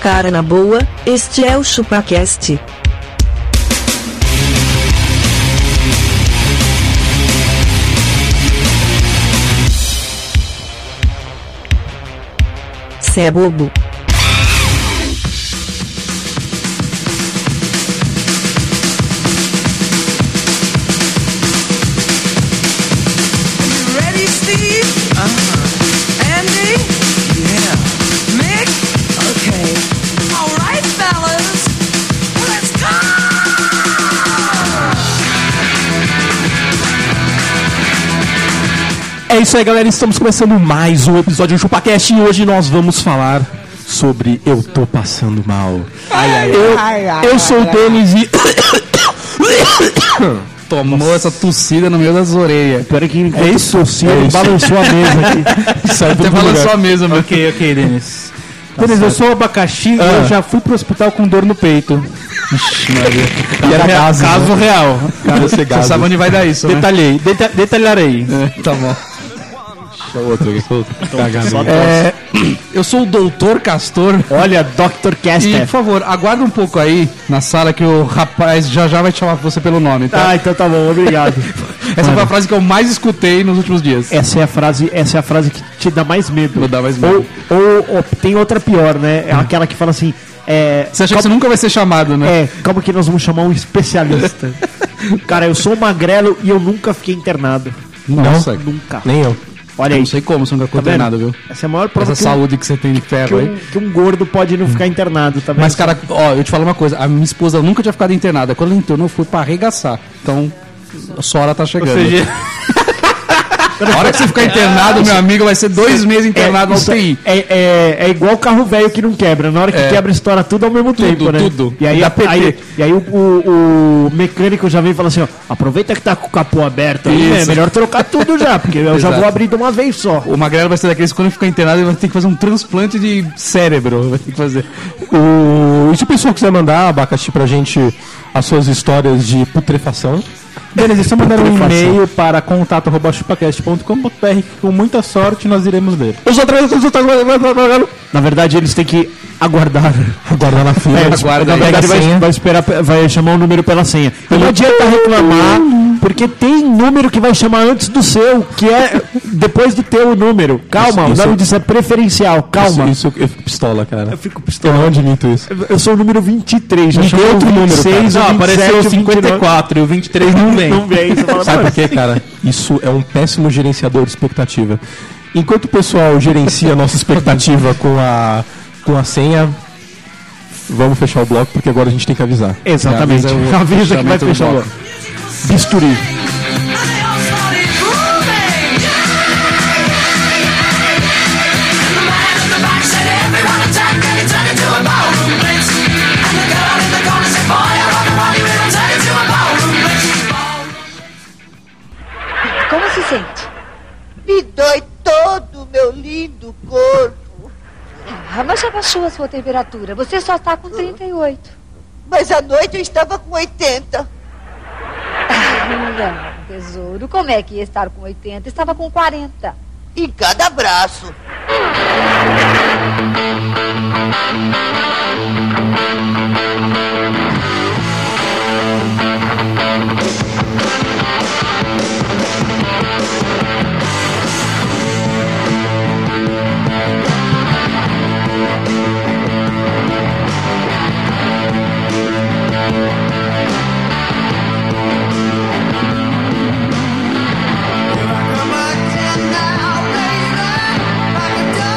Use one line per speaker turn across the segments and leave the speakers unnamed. cara na boa, este é o ChupaCast. Cê é bobo.
Ready, Steve? Uh-huh. Andy? Yeah. Mick? Okay. All right, fellas. Let's go!
É isso aí, galera. Estamos começando mais um episódio do ChupaCast e hoje nós vamos falar sobre Eu Tô Passando Mal. eu, eu sou o Denis e.
Tomou essa tossida no meio das orelhas.
Pior que é isso, sim, ele balançou a mesa aqui. Saiu
Até
do
balançou
lugar.
a mesa, meu.
Ok, ok, Denis. Denis, eu sou o abacaxi
Ah.
e eu já fui pro hospital com dor no peito.
E era
Rea-
gases,
caso
né?
real.
Cara, você
Você
gases.
sabe onde vai dar isso, né?
Detalhei, deta- detalharei.
Tá bom.
É,
Eu sou o Doutor Castor.
Olha, Dr.
E,
Caster.
por favor, aguarda um pouco aí na sala que o rapaz já já vai te chamar você pelo nome, tá?
Ah, então tá bom, obrigado.
Essa foi a frase que eu mais escutei nos últimos dias.
Essa é a frase, essa é a frase que te dá mais medo.
Vou dar mais medo. Hum.
Ou, ou, ou tem outra pior, né? É aquela que fala assim, é,
Você acha que você nunca vai ser chamado, né?
é, calma que nós vamos chamar um especialista. Cara, eu sou magrelo e eu nunca fiquei internado.
Nossa,
Nunca.
nem eu.
Olha
eu
aí.
não sei como, você nunca
Tá
contou
vendo?
nada, viu?
Essa é a maior prova
Essa
que um,
saúde que você tem de
que,
ferro aí.
um, que um gordo pode não ficar internado, tá vendo?
Mas, cara, ó, eu te falo uma coisa, a minha esposa nunca tinha ficado internada. Quando ela entrou, eu fui pra arregaçar. Então, a sua hora tá chegando. A hora que você ficar internado, meu amigo, vai ser dois meses internado na
isso
UTI.
É, é, é igual carro velho que não quebra. Na hora que
É.
quebra, estoura tudo ao mesmo tempo, né?
tudo.
E aí,
Dá
a-
PT.
aí- e aí o, o- o mecânico já vem e fala assim, ó, aproveita que tá com o capô aberto aí, né?
Isso.
Melhor trocar tudo já, porque eu já
Exato.
vou abrir de uma vez só.
O Magrelo vai ser daqueles que quando ficar internado, ele vai ter que fazer um transplante de cérebro. Vai ter que fazer.
O... E se o pessoal quiser mandar, abacaxi, pra gente as suas histórias de putrefação?
Beleza, é só mandar um
Putrefação.
e-mail para contato.chupacast.com.br que com muita sorte nós iremos ler.
Eu sou atrás, eu sou atrás,
Na verdade, eles têm que aguardar.
Guardar na fila.
É,
aguarda
na
aí.
verdade,
Pega a
vai,
senha.
vai esperar, vai chamar o número pela senha. E não adianta reclamar, porque tem número que vai chamar antes do seu, que é depois do teu número. Calma,
Isso,
o nome
isso-
disso é preferencial, calma.
Isso, isso eu fico pistola, cara. Eu
fico
pistola. Eu não admito isso.
Eu sou o número 23, já
Me
chamou
deu outro número,
ou
Ah,
27
apareceu
ou 59.
54 e o 23 não vem.
Não vem, você fala,
Sabe
"Mano,
por quê, cara? Isso é um péssimo gerenciador de expectativa. Enquanto o pessoal gerencia a nossa expectativa com a, com a senha, vamos fechar o bloco, porque agora a gente tem que avisar.
Exatamente,
Já avisa
avisa,
o
que vai
fechamento do
fechar o
bloco.
bloco. Bisturi.
And they all started grooving. And the man in the back said, "Everyone attack, and he turned into a ballroom blitz." And the girl in the corner said, "Boy, I rock a party, we don't turn into a ballroom blitz."
Como se sente? Me dói todo o meu lindo corpo.
Ah, mas já baixou a sua temperatura. Você só está com 38.
Mas à noite eu estava com 80.
Não, tesouro. Como é que ia estar com 80? Estava com 40.
Em cada braço.
Come on, down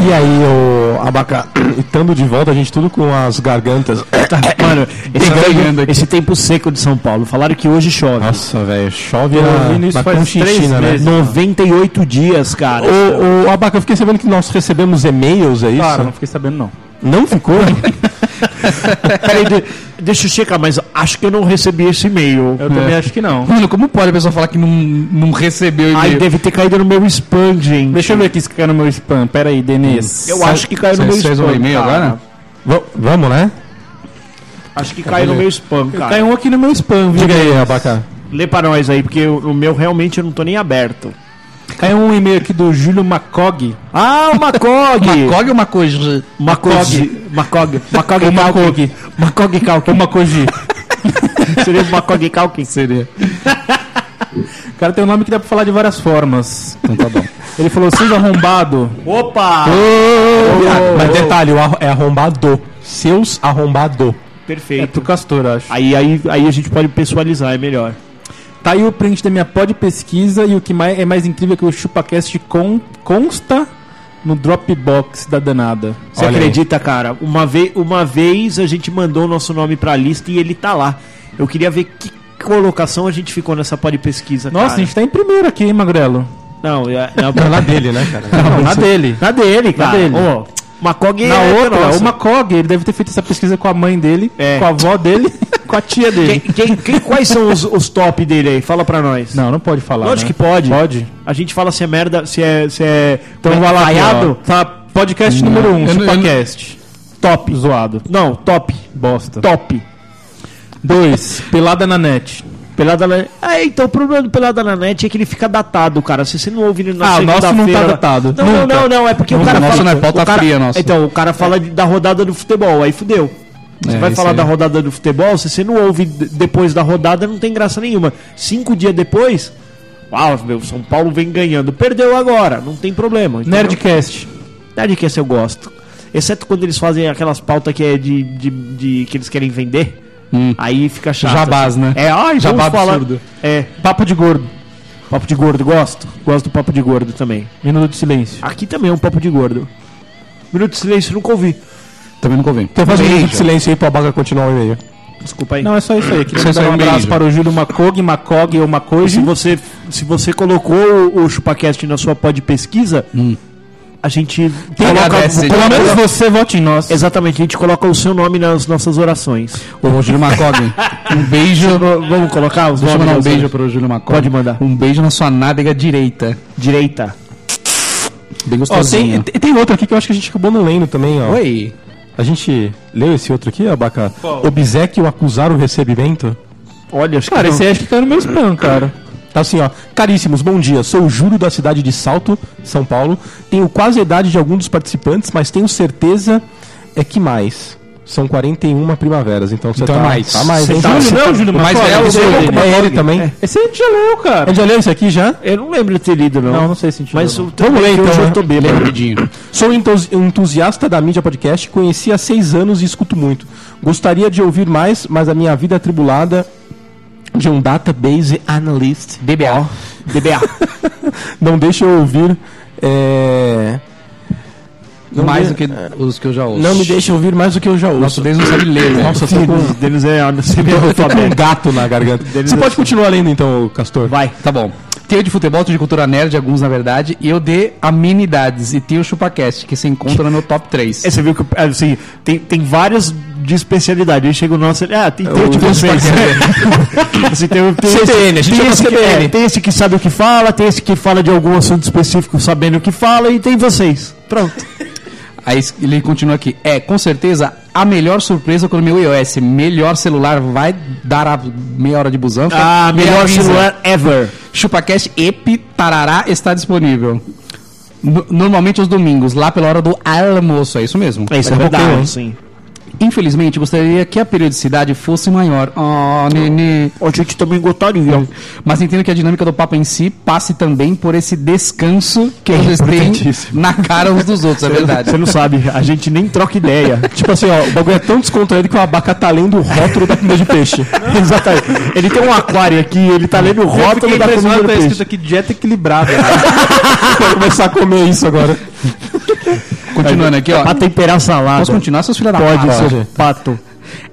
now,
E aí, o Abaca, estando de volta, a gente tudo com as gargantas.
Tá
É,
Mano, esse
Pegando
tempo,
aqui.
esse tempo seco de São Paulo. Falaram que hoje chove.
Nossa, velho, chove
Tô
na,
ouvindo isso
na
faz três
Conchinchina, né?
meses.
98 dias, cara.
O, Abaca, eu fiquei sabendo que nós recebemos e-mails, é isso?
Claro, não fiquei sabendo não.
Não ficou?
Peraí, de- deixa eu checar, mas acho que eu não recebi esse e-mail. É.
Eu também acho que não.
É. Mano, como pode a pessoa falar que não, não recebeu
Ai, deve ter caído no meu spam, gente.
Deixa eu ver aqui se caiu no meu spam. Pera aí, Denis.
Eu acho que caiu no meu
Você fez
spam.
um e-mail
cara.
agora?
V- vamos, né?
Acho que caiu no meu spam, cara.
Caiu um aqui no meu spam, viu?
Diga aí, Abaca.
Lê pra nós aí, porque o o meu realmente eu não tô nem aberto.
Aí um e-mail aqui do Júlio Macog.
Ah, o Macog!
Cog é uma coisa.
Macog. Macog. Macog.
O Macog.
Macog Calque.
O Macogi.
Seria o Macog Calque? Seria.
O cara tem um nome que dá pra falar de várias formas.
Então tá bom.
Ele falou, seus arrombado.
Opa!
Mas detalhe, o arro- é arrombado. Seus arrombado.
É
Perfeito.
pro Castor, acho.
Aí, aí, aí a gente pode pessoalizar, é melhor.
Tá aí o print da minha pod pesquisa e o que mais, é mais incrível é que o ChupaCast con- consta no Dropbox da danada.
Você
Olha aí.
acredita, cara? Uma, ve uma vez a gente mandou o nosso nome pra lista e ele tá lá. Eu queria ver que colocação a gente ficou nessa pod pesquisa,
Nossa,
cara.
a gente tá em primeiro aqui, hein, Magrelo?
Não, é- na,
Lá dele, né, cara?
Não, na dele.
na dele, cara.
dele.
Ó, Macog é
Na outra,
nossa.
o Macog, ele deve ter feito essa pesquisa com a mãe dele,
É.
com a avó dele, com a tia
Quem-
dele.
quem- quem- quais são os, os top dele aí? Fala pra nós.
Não, não pode falar.
Lógico
né?
que pode.
Pode.
A gente fala se é merda, se é. Se é
Então vai lá,
vaiado.
ó. Tá, podcast número 1, um,
Eu não- eu não-
ChupaCast. Top. Zoado.
Não, top.
Bosta.
Top.
2. Pelada na net.
Pelada na... Ah, então o problema do Pelada na Net é que ele fica datado, cara. Se você não ouve ele na
Ah, o nosso não tá
segunda-feira-
datado.
Não, não,
Nunca.
não, não. É porque o
Nunca.
cara
Nosso
fala...
não é pauta
o cara...
fria, nosso.
Então, o cara fala de- da rodada do futebol, aí fudeu. Você
É,
vai
isso
falar
aí.
da rodada do futebol, se você não ouve d- depois da rodada, não tem graça nenhuma. Cinco dias depois... Uau, meu, São Paulo vem ganhando. Perdeu agora, não tem problema. Então, entendeu?
Nerdcast.
Nerdcast eu gosto. Exceto quando eles fazem aquelas pautas que é de, de, de- que eles querem vender. Aí fica chato.
Hum. Jabás, né?
É, ai,
Jabá
vamos falar.
absurdo.
É,
Papo de gordo.
papo de gordo, gosto. Gosto do papo de gordo também.
Minuto de silêncio.
Aqui também é um papo de gordo. Minuto de silêncio, nunca ouvi.
Também não convém.
Então faz um
Beijo.
minuto de silêncio aí pra Baga continuar o e-mail.
Desculpa aí.
Não, é só isso aí. Queria
Só isso
mandar
aí,
um abraço
beijo.
para o Júlio Macog, Macog ou
Se
Macoge.
você, se você colocou o, o ChupaCast na sua pod pesquisa, a gente
agradece,
coloca-
Pelo menos você vote em nós.
Exatamente, a gente coloca o seu nome nas nossas orações.
Ô, Júlio Macog, um beijo.
Vamos colocar os
Deixa eu
nomes
mandar um
das
beijo pro Júlio Macog.
Pode mandar.
Um beijo na sua nádega direita.
Direita.
Bem
Ó, tem,
gostosinho.
tem tem outro aqui que eu acho que a gente acabou não lendo também, ó.
Oi.
A gente leu esse outro aqui, Abaca? Obsequio acusar o recebimento?
Olha, acho
Cara,
que não.
esse aí acho que tá no meu spam, cara.
Tá assim, ó. Caríssimos, bom dia. Sou o Júlio da cidade de Salto, São Paulo. Tenho quase a idade de algum dos participantes, mas tenho certeza é que mais. São 41 primaveras, então você
Então é
tá
mais.
Tá mais,
Você
hein?
tá-
Júlio,
você
não,
tá-
Júlio,
o mais
mas
velho
é,
é
ele,
ele.
é ele também.
Esse aí a gente já leu,
A
cara.
gente já leu isso aqui já?
Eu não lembro de ter lido, não.
Não, não sei se a gente
É, Mas
leu,
o Vamos ler,
então,
hoje
né?
eu tô bêbado.
Lembradinho.
Sou um entus- entusiasta da mídia podcast, conheci há seis anos e escuto muito. Gostaria de ouvir mais, mas a minha vida é atribulada de um database analyst
DBA. DBA.
não deixa eu ouvir. é, Não
Mais
me-
do que os que eu já ouço.
Não me deixa ouvir mais do que eu já ouço.
Nosso Deus não sabe ler, né?
Nossa, eu tô com,
Deles é a
tô com um gato na garganta. Você pode continuar lendo então, Castor?
Vai.
Tá bom. Tem o de futebol, tem o de cultura nerd, alguns na verdade, e eu de amenidades. E tem o ChupaCast, que se encontra no meu top 3.
É, você viu que assim, tem, tem vários de especialidade. Aí chega o nosso. ele, Ah, tem tem o de vocês. assim, tem, o- tem esse,
CBN, a gente
tem
chama
esse que,
CBN.
é, tem esse que sabe o que fala, tem esse que fala de algum assunto específico sabendo o que fala, e tem vocês. Pronto.
Aí ele continua aqui. É, com certeza, a melhor surpresa com o meu iOS. Melhor celular vai dar a meia hora de busanfa.
Ah,
Me
melhor
avisa.
celular ever.
ChupaCast EP Tarará está disponível. No- Normalmente aos domingos, lá pela hora do almoço, é isso mesmo?
É isso, é
Daqui a pouquinho,
verdade. Sim.
hein? Infelizmente, gostaria que a periodicidade fosse maior. Oh, nenê.
A gente também gostaria.
Mas entendo que a dinâmica do papo em si passe também por esse descanso que vocês têm
importantíssimo.
na cara uns dos outros, é verdade.
É Você não sabe, a gente nem troca ideia.
Tipo assim, ó, o bagulho é tão descontraído que o abaca tá lendo o rótulo da comida de peixe.
Exatamente. Ele tem um aquário aqui, ele tá lendo o rótulo da comida do
tá
peixe.
escrito aqui dieta equilibrada.
Vai começar a comer isso agora.
Continuando aqui, ó.
Pra temperar a salada.
Posso continuar, seus filhos da
Pode,
puta?
seu pato.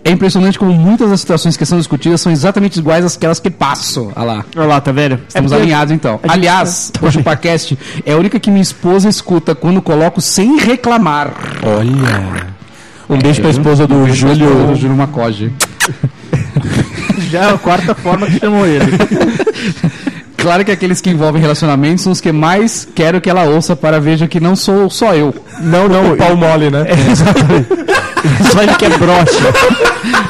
É impressionante como muitas das situações que são discutidas são exatamente iguais àquelas que passo. Olha
É
lá.
Olha lá, tá vendo?
É
Estamos alinhados então. Aliás,
tá-
o ChupaCast é a única que minha esposa escuta quando coloco sem reclamar. É.
Olha. Um beijo pra esposa do
Júlio,
Júlio.
Júlio Macoge.
já é a quarta forma que chamou ele.
Claro que aqueles que envolvem relacionamentos são os que mais quero que ela ouça para veja que não sou só eu.
Não, não, É, o pau mole, né?
Só ele que é broxa.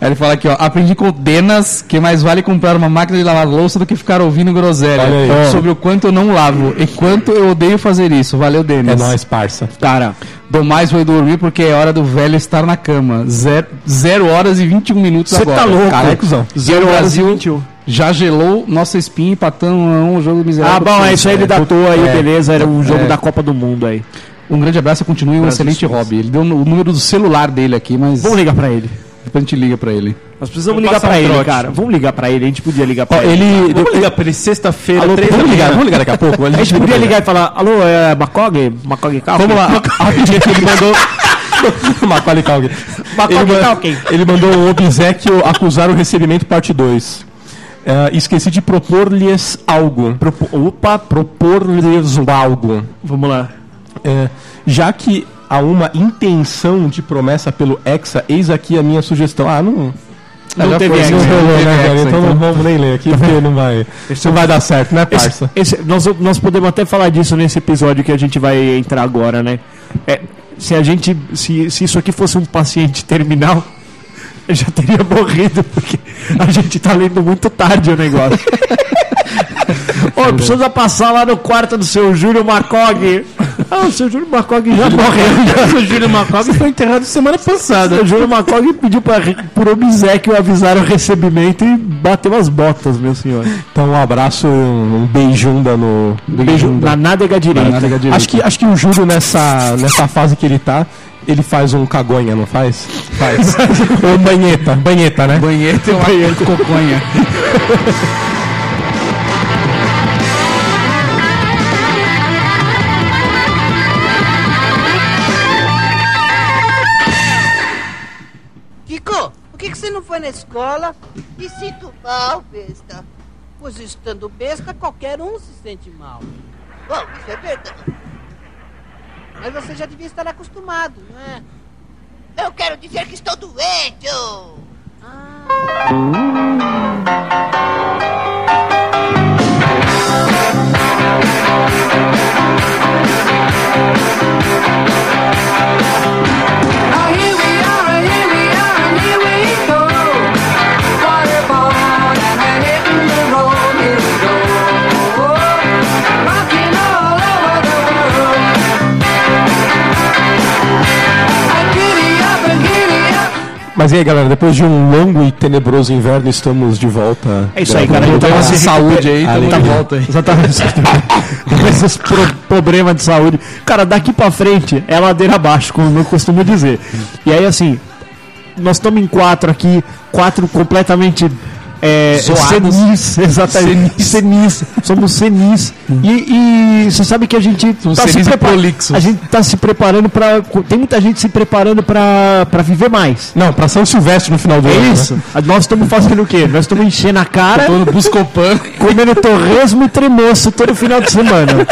Aí ele fala aqui, ó. Aprendi com o Denas que mais vale comprar uma máquina de lavar louça do que ficar ouvindo groselha.
Olha aí.
Ó, Sobre o quanto eu não lavo e quanto eu odeio fazer isso. Valeu, Denas.
É nóis, parça.
Cara, dou mais vou dormir porque é hora do velho estar na cama. Zero, zero horas e 21 minutos
Cê
agora.
tá louco.
Cara, é cuzão.
Zero
o
horas e
Brasil
21.
Já gelou nossa espinha empatando um o jogo miserável.
Ah, bom, é isso aí, ele datou aí,
É.
beleza. Era o jogo
É.
da Copa do Mundo aí.
Um grande abraço e continue um excelente hobby. Ele deu o número do celular dele aqui, mas
Vamos ligar pra ele.
depois a gente liga pra ele.
Nós precisamos
Vamos
ligar
passar
pra
um
ele,
trote.
cara. Vamos ligar pra ele, a gente podia ligar pra ele.
Ele.
Vamos ligar pra ele sexta-feira,
Alô,
três da
Vamos
manhã.
ligar, vamos ligar daqui a pouco.
A gente podia ligar e falar, alô, é Macog? Macog Carro?
Vamos lá, rapidinho que ele mandou. Macaulay Culkin. Ele, man-
Culkin.
ele mandou um obsequio acusar o recebimento parte 2. É, esqueci de propor-lhes algo. Opa, propor-lhes algo.
Vamos lá.
É, já que há uma intenção de promessa pelo Hexa, eis aqui a minha sugestão. Ah, não.
já
teve
foi,
Hexa,
não
né?
rolou, né,
Teve
cara?
Hexa,
Então, não vamos nem ler aqui, porque não vai. Isso não vai dar certo, né,
Esse-
parça?
esse- nós, nós podemos até falar disso nesse episódio que a gente vai entrar agora, né? É, se a gente. Se, se isso aqui fosse um paciente terminal, eu já teria morrido, porque a gente tá lendo muito tarde o negócio. Ô, precisa passar lá no quarto do seu Júlio Macog. Ah, o seu Júlio Macog já morreu.
O Júlio Macog foi enterrado semana
O
passada.
seu Júlio Macog pediu pra, por obsequio avisar o recebimento e bateu as botas, meu senhor.
Então, um abraço, um um beijunda no.
Beijo na nádega direita.
Acho que, acho que o Júlio, nessa, nessa fase que ele tá, ele faz um cagonha, não faz? Faz. Ou banheta, banheta, né?
Banheiro tem uma coconha.
Kiko, por que, que você não foi na escola? Me sinto mal, besta. Pois estando besta, qualquer um se sente mal. Bom, isso é verdade. Mas você já devia estar acostumado, não é? Eu quero dizer que estou doente!
Mas e aí, galera, depois de um longo e tenebroso inverno, estamos de volta.
É isso aí, cara.
Gravando.
Eu tava se
saúde aí, tamo
Alegria.
de volta aí.
Exatamente. Com esses pro- problemas de saúde. Cara, daqui pra frente é ladeira abaixo, como eu costumo dizer. E aí, assim, nós estamos em quatro aqui, quatro completamente. É,
Zoados.
senis, exatamente. Senis. Somos senis. E e você sabe que a gente tá se,
senis e
prepara-
prolixos.
a gente tá se preparando pra. Tem muita gente se preparando pra, pra viver mais.
Não, pra São Silvestre no final do
É
ano. né?
isso? Nós estamos fazendo o quê? Nós estamos enchendo a cara
Tô no Buscopan,
comendo torresmo e tremoço todo final de semana.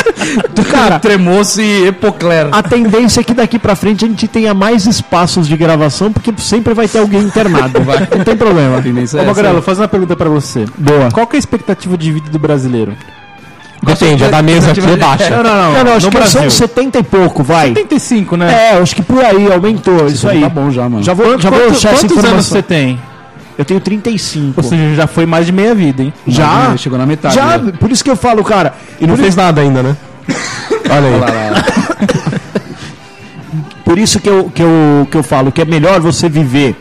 Cara,
tremoço e epoclero.
a tendência é que daqui pra frente a gente tenha mais espaços de gravação, porque sempre vai ter alguém internado. Não tem problema.
tendência é
Ô,
essa.
Magrelo, vou fazer uma pergunta pra você.
Boa.
Qual que é a expectativa de vida do brasileiro?
Depende, a da mesa aqui é baixa.
não. Não, acho
No
que são
Brasil.
70 e pouco, vai.
35, né?
É, acho que por aí aumentou, isso aí.
Tá bom já, mano.
Já vou, já vou
Quanto-
achar essa
quantos anos você
informação.
tem?
Eu tenho 35.
Ou seja, já foi mais de meia vida, hein?
já?
Chegou na metade.
Já, por isso que eu falo, cara.
E não fez nada ainda, né? Olha aí.
Por isso que eu, que, eu, que eu falo que é melhor você viver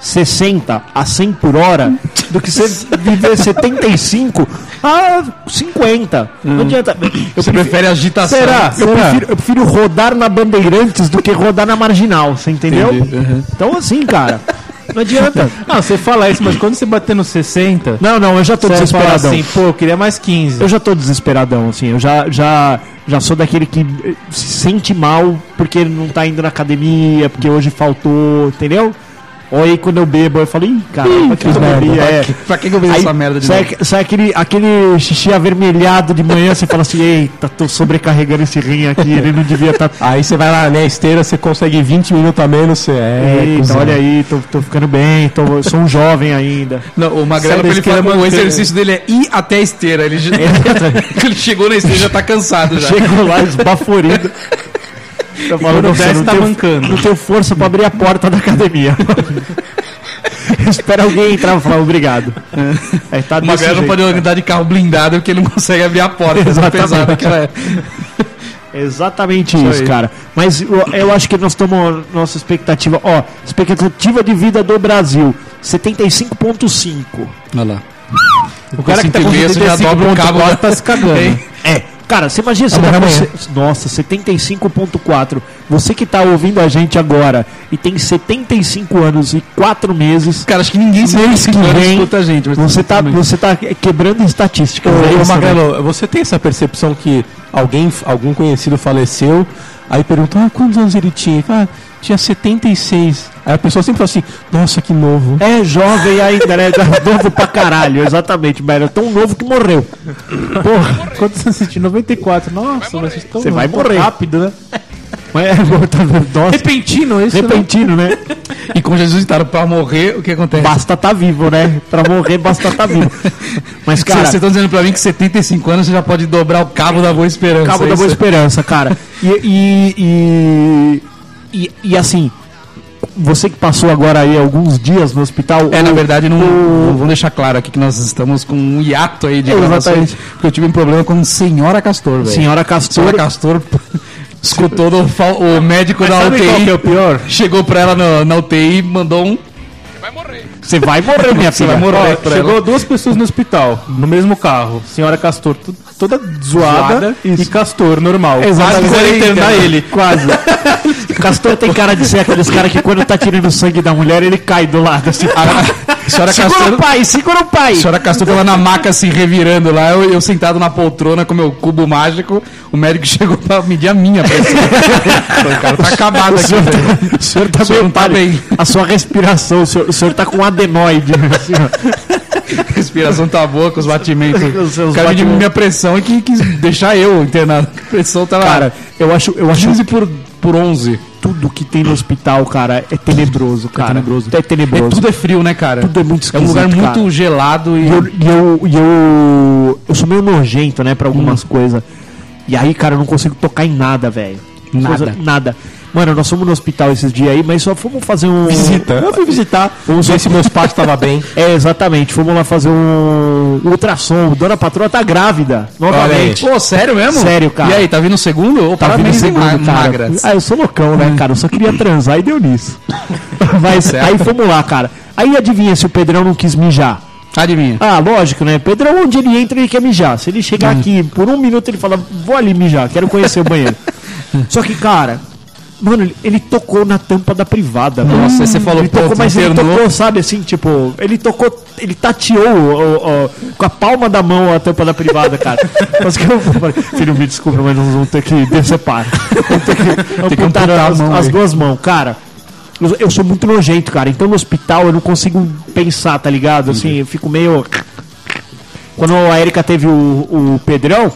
60 a 100 por hora do que você viver 75 a 50.
Hum.
Não adianta. Eu prefiro-
Você prefere agitação.
Será? Eu,
Será?
Prefiro, eu prefiro rodar na Bandeirantes do que rodar na Marginal, você entendeu?
Entendi, uhum.
Então, assim, cara, não adianta.
Não, você fala isso, mas quando você bater nos 60,
Não, não, eu já tô
você fala
desesperadão.
assim, pô, eu queria mais 15.
Eu já tô desesperadão, assim. Eu já, já, já sou daquele que eh, se sente mal porque ele não tá indo na academia, porque hoje faltou, entendeu? Ou aí quando eu bebo, eu falo, ih, cara, pra que, eu bebi? É.
Pra que que eu vejo
Aí
essa merda de
sai,
novo?
sai aquele, aquele xixi avermelhado de manhã, você fala assim, eita, tô sobrecarregando esse rim aqui, ele não devia tá-" estar.
Aí você vai lá na esteira, você consegue 20 minutos a menos, você é.
Eita,
cuzão.
olha aí, tô, tô ficando bem, tô, sou um jovem ainda.
Não, o Magrelo,
Sabe,
pra ele
esse cara
falar, "Pô,
é
o
muito-
exercício dele é ir até a esteira. Ele, já- ele chegou na esteira e já tá cansado já.
Chego lá esbaforido. Eu falo,
Quando
"Nossa,
desce,
não
tá
tenho-
mancando."
Não tenho força pra abrir a porta da academia. Espera alguém entrar e falar obrigado. É, tá
O
desse
Magrelo não
jeito,
pode
cara.
andar de carro blindado porque ele não consegue abrir a porta. Exatamente.
Exatamente.
Pesado que ela é.
Exatamente
Isso
isso,
aí.
cara. Mas eu, eu acho que nós estamos. Nossa expectativa. Ó, expectativa de vida do Brasil: 75,5.
Olha lá.
O cara que tá com
75 já dobra o
75
cabo.
agora tá se cagando.
Hein?
É. Cara, você imagina você tá com se- Nossa, 75,4. Você que tá ouvindo a gente agora e tem 75 anos e 4 meses.
Cara, acho que ninguém se
Mês que
ninguém
vem,
escuta a gente. mas
Você tá,
tudo bem.
você tá quebrando estatísticas. é
Ô,
isso, né?
Magrelo, você tem essa percepção que alguém, algum conhecido faleceu, aí pergunta, ah, quantos anos ele tinha? Ah, tinha 76. Aí a pessoa sempre fala assim, nossa, que novo.
É jovem ainda, né? Novo pra caralho, exatamente. Mas era tão novo que morreu. Porra,
Quantos anos você tinha? 94. Nossa, mas vocês estão
Você vai
tão
morrer.
rápido, né?
mas é nossa,
Repentino esse, né?
repentino, né?
E com Jesus tá pra morrer, o que acontece?
Basta tá vivo, né? Pra morrer, basta tá vivo. Mas, cara,
Vocês estão dizendo pra mim que 75 anos você já pode dobrar o cabo da Boa Esperança.
Cabo
é
da Boa
isso?
Esperança, cara. E, e, e, e, e, assim, você que passou agora aí alguns dias no hospital.
É, na
o-
verdade, não, não- vamos deixar claro aqui que nós estamos com um hiato aí de
Exatamente.
gravações, porque eu tive um problema com senhora Castor, velho.
Senhora
Senhora
Castor.
Castor escutou do fa- o médico da
Sabe qual
UTI,
que é o pior?
chegou pra ela na, na UTI e mandou um...
Você vai morrer, minha filha.
vai morrer. pra
Chegou duas pessoas no hospital, no mesmo carro. Senhora Castor to- toda zoada,
Zoada,
e Castor normal.
Exatamente.
Quase quiseram internar
Cara,
ele.
Quase. Castor tem cara de ser aqueles cara que quando tá tirando sangue da mulher, ele cai do lado. Assim.
A Ah, senhora
Segura o
Castor...
pai, segura o pai.
A senhora Castor tava na maca se revirando lá, eu, eu sentado na poltrona com meu cubo mágico, o médico chegou pra medir a minha pressão. Falei, cara, tá acabado aqui, velho.
O senhor tá
O senhor
meio
não tá
pálido.
bem.
A sua respiração, o senhor, o senhor tá com adenoide. assim, ó.
A respiração tá boa com os batimentos.
Com os seus
O cara mediu
batimentos.
minha pressão e que quis deixar eu internado. A pressão tá tava
Cara, eu acho, eu acho
15 por, por 11.
tudo que tem no hospital, cara, é tenebroso, cara. É
tenebroso.
É
É,
tenebroso.
tudo é frio, né, cara?
Tudo é muito
É um lugar
esquisito, cara.
muito gelado e.
E eu, e eu, e eu, eu sou meio nojento, né, pra algumas coisas. E aí, cara, eu não consigo tocar em nada, velho.
Nada.
Coisa- nada. Mano, nós fomos no hospital esses dias aí, mas só fomos fazer um.
Visita.
Eu fui visitar.
Vamos ver se meus pais estavam bem.
É, exatamente. Fomos lá fazer um ultrassom. Dona Patroa tá grávida. Novamente.
Pô, sério mesmo?
Sério, cara.
E aí, tá vindo o segundo? Ô,
Tá vindo
parabéns, hein,
segundo,
ma-
cara.
magra.
Ah, eu sou loucão, né, cara? Eu só queria transar e deu nisso. Mas
Certo.
aí fomos lá, cara. Aí adivinha se o Pedrão não quis mijar.
Adivinha.
Ah, lógico, né? Pedrão, onde ele entra, ele quer mijar. Se ele chegar aqui por um minuto, ele fala, vou ali mijar, quero conhecer o banheiro. Só que, cara, mano, ele, ele tocou na tampa da privada. velho.
Nossa, aí você falou,
ele
pô,
tocou, mas ele
internou.
tocou, sabe, assim, tipo, ele tocou, ele tateou ó, ó, com a palma da mão a tampa da privada, cara. Mas que eu falei, filho, me desculpa, mas nós vamos ter que decepar. Vamos ter que amputar as, as duas mãos, cara. Eu, eu sou muito nojento, cara. Então no hospital eu não consigo pensar, tá ligado? Assim, eu fico meio. Quando a Erika teve o, o Pedrão,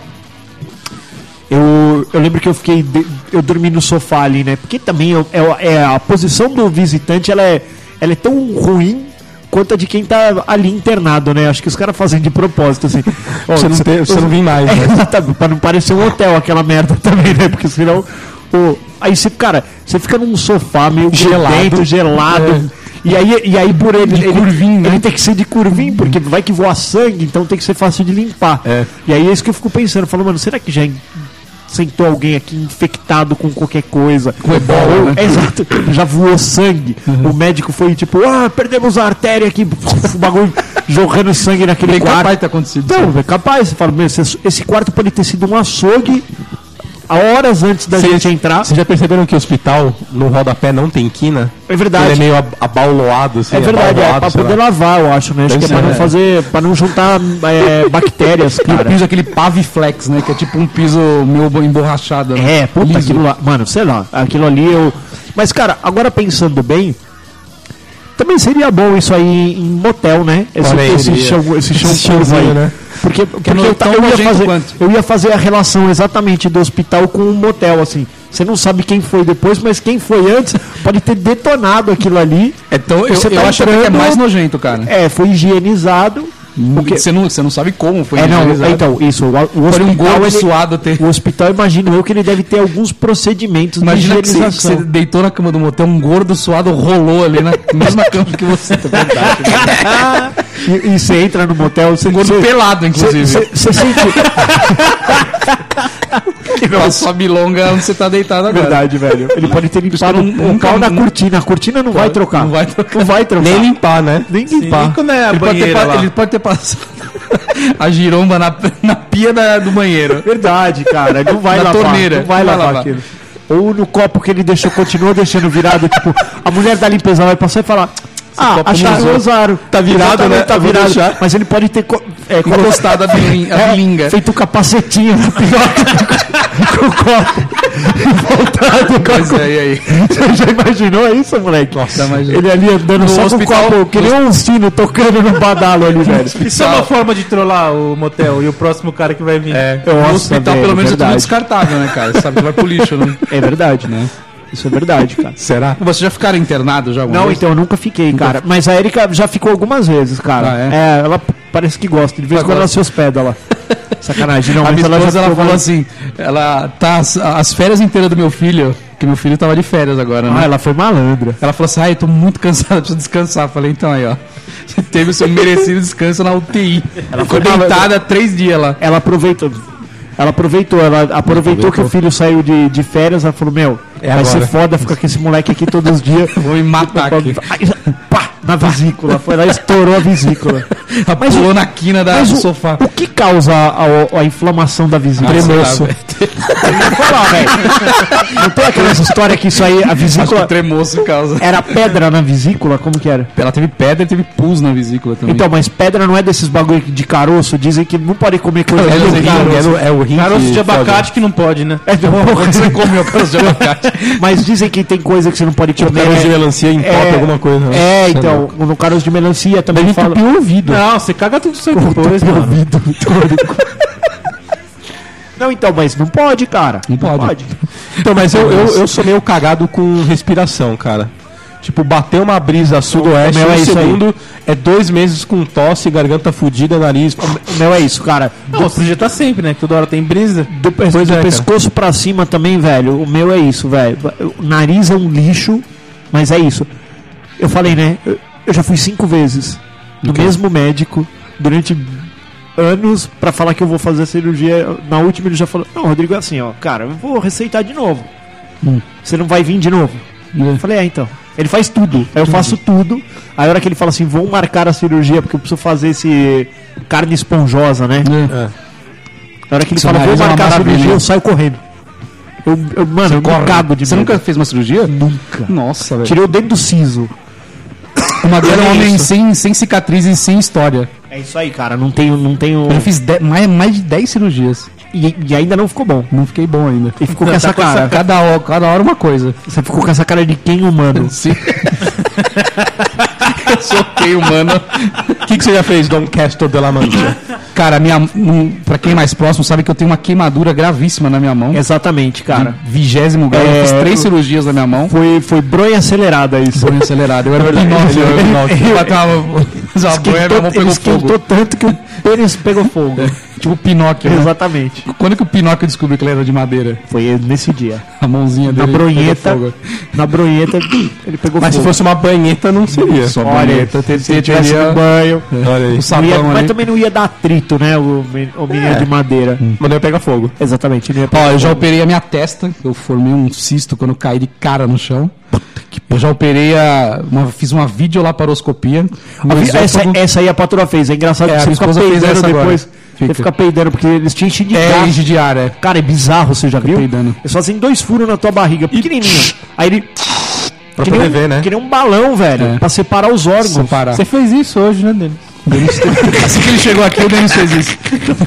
eu, eu lembro que eu fiquei. de- eu dormi no sofá ali, né? Porque também eu- é, é a posição do visitante ela é, ela é tão ruim quanto a de quem tá ali internado, né? Acho que os caras fazem de propósito, assim. Ó,
Você não,
cê-
tem, você não vem mais,
É.
né?
Exatamente, pra não parecer um hotel aquela merda também, né? Porque senão. o- Aí você, cara, você fica num sofá meio
Gelado.
grudento, gelado. E aí, e aí por ele, ele,
curvinho, né?
ele tem que ser de curvinho, porque vai que voa sangue, então tem que ser fácil de limpar.
É.
E aí é isso que eu fico pensando, falando, mano, será que já in- sentou alguém aqui infectado com qualquer coisa? Com
ebola, né?
Exato, já voou sangue. O médico foi tipo, ah, perdemos a artéria aqui, o bagulho jorrando sangue naquele
Bem
quarto.
capaz de ter acontecido.
Então, é capaz, você fala, meu, esse, esse quarto pode ter sido um açougue há horas antes da
Sim.
gente entrar.
Vocês já perceberam que o hospital, no rodapé, não tem quina?
É verdade.
Ele é meio ab- abauloado, assim.
É verdade, é
abauloado,
pra
sei
poder
lá.
lavar, eu acho, né? Acho que
Deve
é pra
ser,
não
é.
fazer, pra não juntar é, bactérias,
E o
cara.
piso, é aquele paviflex, né? Que é tipo um piso meu emborrachado. né?
É, puta,
Liso.
aquilo lá. Mano, sei lá, aquilo ali eu. Mas, cara, agora pensando bem, também seria bom isso aí em motel, né? Esse,
Olha aí,
esse
seria.
chão, esse chão
Esse
curvo aí.
chãozinho, né?
Porque, porque
não é
eu, ta-
tão
eu ia
nojento
fazer,
quanto.
eu ia fazer a relação exatamente do hospital com o motel, assim. Você não sabe quem foi depois, mas quem foi antes pode ter detonado aquilo ali.
Então, eu,
Você
eu
tá
acho até que é
entrando-
mais nojento, cara.
É, foi higienizado. Porque-
Você não, você não sabe como foi
É, não,
realizado.
então, isso. O, o
Foi um
hospital,
gordo
ele-
suado ter.
o hospital, imagino eu, que ele deve ter alguns procedimentos
Imagina que
de
você, que
higienização.
você deitou na cama do motel, um gordo suado rolou ali na mesma cama que você. Tá verdade.
E, e você entra no motel, você...
Um gordo pelado, inclusive.
Você você sente...
Aquela sobe longa onde você tá deitado agora.
é Verdade, velho. Ele pode ter limpado
que não-
o pau
um
na
nunca-
cortina. A cortina não vai trocar.
Não vai trocar.
Não vai trocar.
Nem limpar, né?
Nem limpar.
quando é a
Ele pode, ter,
banheira
pa-
lá.
ele pode ter passado a giromba na, na pia da- do banheiro.
Verdade, cara. Não vai
Na
lavar.
torneira.
Não vai
Não vai
lavar
lavar.
aquilo. Ou no copo que ele deixou, continuou deixando virado. Tipo, a mulher da limpeza vai passar e falar. Ah,
copo
acharam
não
que usaram. Tá
virado, né?
Tá
Eu vou
virado.
deixar.
Mas ele pode ter co- é, colocado-
Encostado a bilin- a bilinga.
É, feito um capacetinho na piroca com o copo. E voltado com a
Pois é, e aí? um.
Você já imaginou isso, moleque? Nossa,
imagina.
Ele ali andando
No
só
hospital-
com o copo, que nem um sino tocando no badalo ali, velho.
Isso é uma forma de trollar o motel e o próximo cara que vai vir.
É,
Nossa,
no hospital,
velho,
pelo menos, é tudo
verdade.
descartável, né, cara? Você Sabe, vai pro lixo, né?
É verdade, né? Isso é verdade, cara.
Será?
Vocês já ficaram internados já alguma
Não,
vez?
então eu nunca fiquei, cara. Mas a Erika já ficou algumas vezes, cara.
Ah,
é? ela p- parece que gosta. De vez em
Ela
quando ela
gosta.
se hospeda lá. Sacanagem, não.
A
mas
minha esposa, ela
ficou
falou
lá-
assim, ela tá as, as férias inteiras do meu filho, que meu filho tava de férias agora, né?
Ah, ela foi malandra.
Ela falou assim, ai, eu tô muito cansada, preciso descansar. Eu Falei, então aí, ó, você teve o seu merecido descanso na UTI. Ela ficou
foi malandra.
deitada há três dias lá.
Ela aproveitou. Ela aproveitou, ela aproveitou que o filho saiu de, de férias, ela falou, meu,
É
vai ser
agora.
foda ficar com esse moleque aqui todos os dias.
Vou me matar aqui.
Aí, pá, na vesícula. Foi lá e estourou a vesícula.
Ela
Mas
pulou
o-
na quina da,
Mas
do
o,
Ah, sofá.
o que causa a, a- a inflamação da vesícula?
Tremoço.
Fala, velho. Não tem aquela história que isso aí, a
Acho que
vesícula...
o tremoço causa.
Era pedra na vesícula? Como que era?
Ela teve pedra e teve pus na vesícula também.
É. Então, mas pedra não é desses bagulho de caroço? Dizem que não pode comer coisa
Caroço
de
de
caroço.
caroço.
É, no- é o rim
Caroço
que
de
fode.
abacate que não pode, né?
É, porra.
você comeu caroço de abacate.
Mas dizem que tem coisa que você não pode comer.
Tipo Caroço de melancia
é,
entope alguma coisa. né?
É,
Sei
então,
lá.
no caroço de melancia também
Deve
fala...
entupir o ouvido.
Não, você caga tudo isso aí depois,
Meu
mano.
ouvido todo. Não, então, mas não pode, cara. Não
pode. Então, mas eu, eu, eu sou meio cagado com respiração, cara. Tipo, bateu uma brisa sudoeste,
meu é
no
isso aí.
segundo é dois meses com tosse, garganta fudida, nariz.
O meu é isso, cara.
Não, você podia tá sempre, né? Que toda hora tem brisa.
Do, pes-
Pois
do
é, cara.
pescoço pra cima também, velho. O meu é isso, velho. O nariz é um lixo, mas é isso. Eu falei, né? Eu, eu já fui cinco vezes no mesmo médico durante anos pra falar que eu vou fazer a cirurgia. Na última ele já falou: Não, Rodrigo, é assim, ó, cara, eu vou receitar de novo.
Hum.
Você não vai vir de novo? Eu falei: É, então. Ele faz tudo. Aí eu faço tudo. Aí a hora que ele fala assim: Vou marcar a cirurgia porque eu preciso fazer esse carne esponjosa, né?
É.
É.
Na hora que ele
Seu
fala, vou
nariz é uma
marcar a
maravilha.
cirurgia, eu saio correndo. Eu, eu- mano, eu me cago de
Você
medo.
nunca fez uma cirurgia?
Nunca.
Nossa, velho.
Tirei o dedo do siso.
Uma era um
é
homem
isso.
sem, sem cicatrizes e sem história.
É isso aí, cara. Não tenho. Não tenho...
Eu fiz de- mais, mais de 10 cirurgias.
E, e ainda não ficou bom.
Não fiquei bom ainda.
E ficou com essa cara.
Cada hora, cada hora uma coisa.
Você ficou com essa cara de quem humano?
Sim. Eu soquei humano.
O que, que você já fez, Don Castor de la Mancha?
Cara, minha, um, pra quem é mais próximo sabe que eu tenho uma queimadura gravíssima na minha mão.
Exatamente, cara.
É Vigésimo grau. Eu
É,
fiz três
eu-
cirurgias na minha mão.
Foi, foi bronha acelerada isso.
Foi acelerado. Eu era é
Verdade,
hipnose.
ele-
Eu
ele- ele-
era hipnose. A boia, minha mão
ele
pegou
esquentou
fogo.
tanto que o pênis pegou fogo.
Tipo Pinóquio. né?
Exatamente.
Quando que o Pinóquio descobriu que ele era de madeira?
Foi nesse dia.
A mãozinha
Na
dele.
bronheta.
pegou fogo.
Na bronheta, ele pegou
Mas se
fogo.
fosse uma banheta, não seria.
Só
Olha,
bronheta, ter-
se ele
teria
tivesse no banho.
Olha
Não
o
aí.
ia-
um é. sabão né? É.
mas
ali.
também não ia dar atrito, né? O, men- o menino de madeira.
Hum.
Mas não ia pegar fogo.
Exatamente. Não ia
Ó, eu já operei a minha testa, eu formei um cisto quando eu caí de cara no chão. Eu já operei a. uma- fiz uma videolaparoscopia.
A
Meu
vi- essa,
esôfago-
essa aí a patroa fez. É engraçado que
É, a
você
minha
fica
esposa fez
peidando
essa agora.
depois. Você
Fica.
fica peidando porque eles te enchem de
é
gases.
enche de ar, é.
Cara, é bizarro, você já viu?
peidando.
Eles fazem dois furos na tua barriga, pequenininho. Aí ele...
Pra
que
poder
nem um,
ver, né?
Que nem um balão, velho.
É.
Pra separar os órgãos.
Separar.
Você fez isso hoje, né, Denis?
Assim que ele chegou aqui, o Denis fez isso.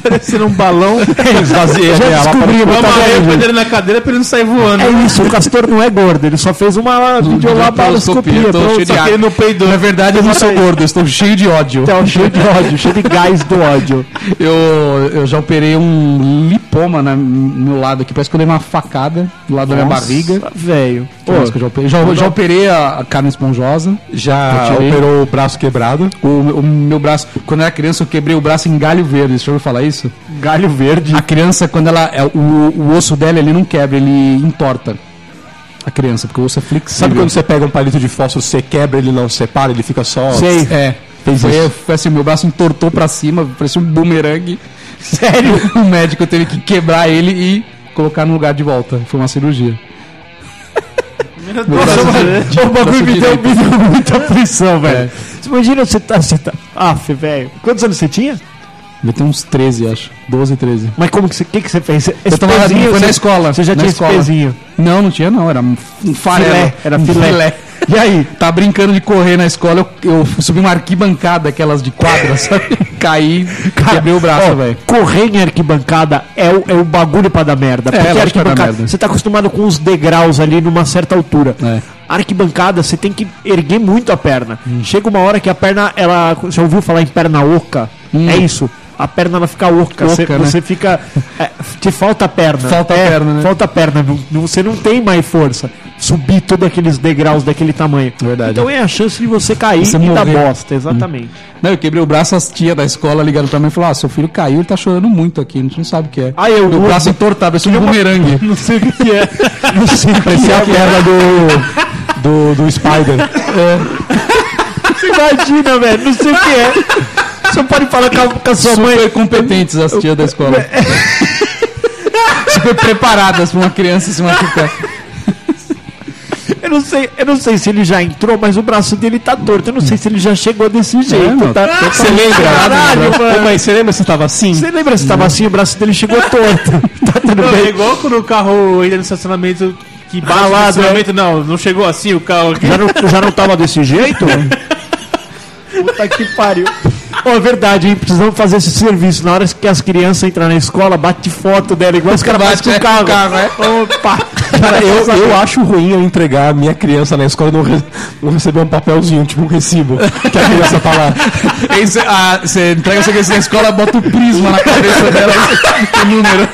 Parecendo um balão. Esvazia. Já descobrimos,
Eu
tá
amarrei
vendo,
o
gente?
cadeira na cadeira pra ele não sair voando.
É isso, o Castor não é gordo. Ele só fez uma videolaparoscopia.
eu tô
pronto.
cheio de
Só
ar.
que ele não peidou.
Na verdade, eu não sou gordo, eu estou cheio de ódio.
Então, cheio de ódio, cheio de gás do ódio.
Eu, eu já operei um lipoma na- no meu lado aqui, parece que eu dei uma facada do lado da minha barriga.
Nossa, velho.
Que mais que eu já operei? Já, já operei a, a carne esponjosa.
Já
Eu tirei.
operou o braço é quebrado.
O, o meu braço. Quando eu era criança, eu quebrei o braço em galho verde. Você ouviu falar isso?
um Galho verde.
A criança, quando ela. é, O, o osso dela, ele não quebra, ele entorta. A criança, porque o osso é flexível.
Sabe quando você pega um palito de fósforo, você quebra, ele não separa, ele fica só.
Sei.
É.
Fez
Foi,
isso.
foi assim, meu braço entortou pra cima, parecia um bumerangue. Sério? o médico teve que quebrar ele e colocar no lugar de volta. Foi uma cirurgia. Meu braço direito,
o bagulho
braço
me deu,
direito.
me deu muita aflição,
É.
velho. Você imagina você tá. Você tá. Aff, velho. Quantos anos você tinha?
Devia ter uns 13, acho. 12, 13.
Mas como que você. O que, que você fez? Esse
Eu tava lá,
pezinho,
foi na
você-
escola.
Você já
na
tinha
escola.
esse pezinho.
Não, não tinha não, era um f- um farelo.
Filé, era
Um
filé.
E aí? Tá brincando de correr na escola, eu, eu subi uma arquibancada, aquelas de quadra, sabe? Caí, quebrei o braço,
Ó,
velho.
Correr em arquibancada é o, é o bagulho pra dar merda. Porque
É, lógico que vai dar
arquibancada,
merda.
você tá acostumado com os degraus ali numa certa altura.
É. Hum.
Arquibancada, você tem que erguer muito a perna. Chega uma hora que a perna, ela. Já ouviu falar em perna oca? É isso. A perna ela fica oca. você,
Hum. Oca, né?
você fica. é, te falta a perna.
Falta a
É,
perna, né?
Falta a perna. Não- não- você não tem mais força. Subir todos aqueles degraus daquele tamanho.
Verdade.
Então é a chance de você cair
Você
e dar
morrer.
bosta, exatamente.
Não, eu quebrei o braço, as tia da escola ligaram pra mim e falaram: ah, seu filho caiu, ele tá chorando muito aqui, a gente não sabe o que é.
Ah, eu-
o braço entortado, parecia um bumerangue.
Não sei o que que é. Não sei o que
Parecia é a queda do. Do, do Spider.
Imagina, velho, não sei o que é. Você pode falar com a, com a sua
Super
mãe.
competentes as tias da escola. Super preparadas pra uma criança se machucar.
Eu não, sei, eu não sei se ele já entrou, mas o braço dele tá torto. Eu não sei se ele já chegou desse jeito.
não,
tá?
Você lembra?
Caralho,
Ô,
mano.
mãe, você lembra se tava assim?
Você lembra se tava assim, o braço dele chegou torto. Tá tudo
Não, é
bem.
igual quando o carro entra no estacionamento que bate no
Ralado, né?
estacionamento, não, não chegou assim o carro aqui.
Já não, já não tava desse jeito? Puta que pariu. Ô, é verdade, hein? Precisamos fazer esse serviço. Na hora que as crianças entram na escola, bate foto dela, igual os caras fazem
Bate,
com
é,
o carro.
com o carro,
né?
é.
Opa!
Cara, eu, eu acho ruim eu entregar a minha criança na escola e não, re- não receber um papelzinho, tipo um recibo, que a criança tá lá.
Aí você ah, você entrega essa criança na escola, bota o prisma na cabeça dela, o número.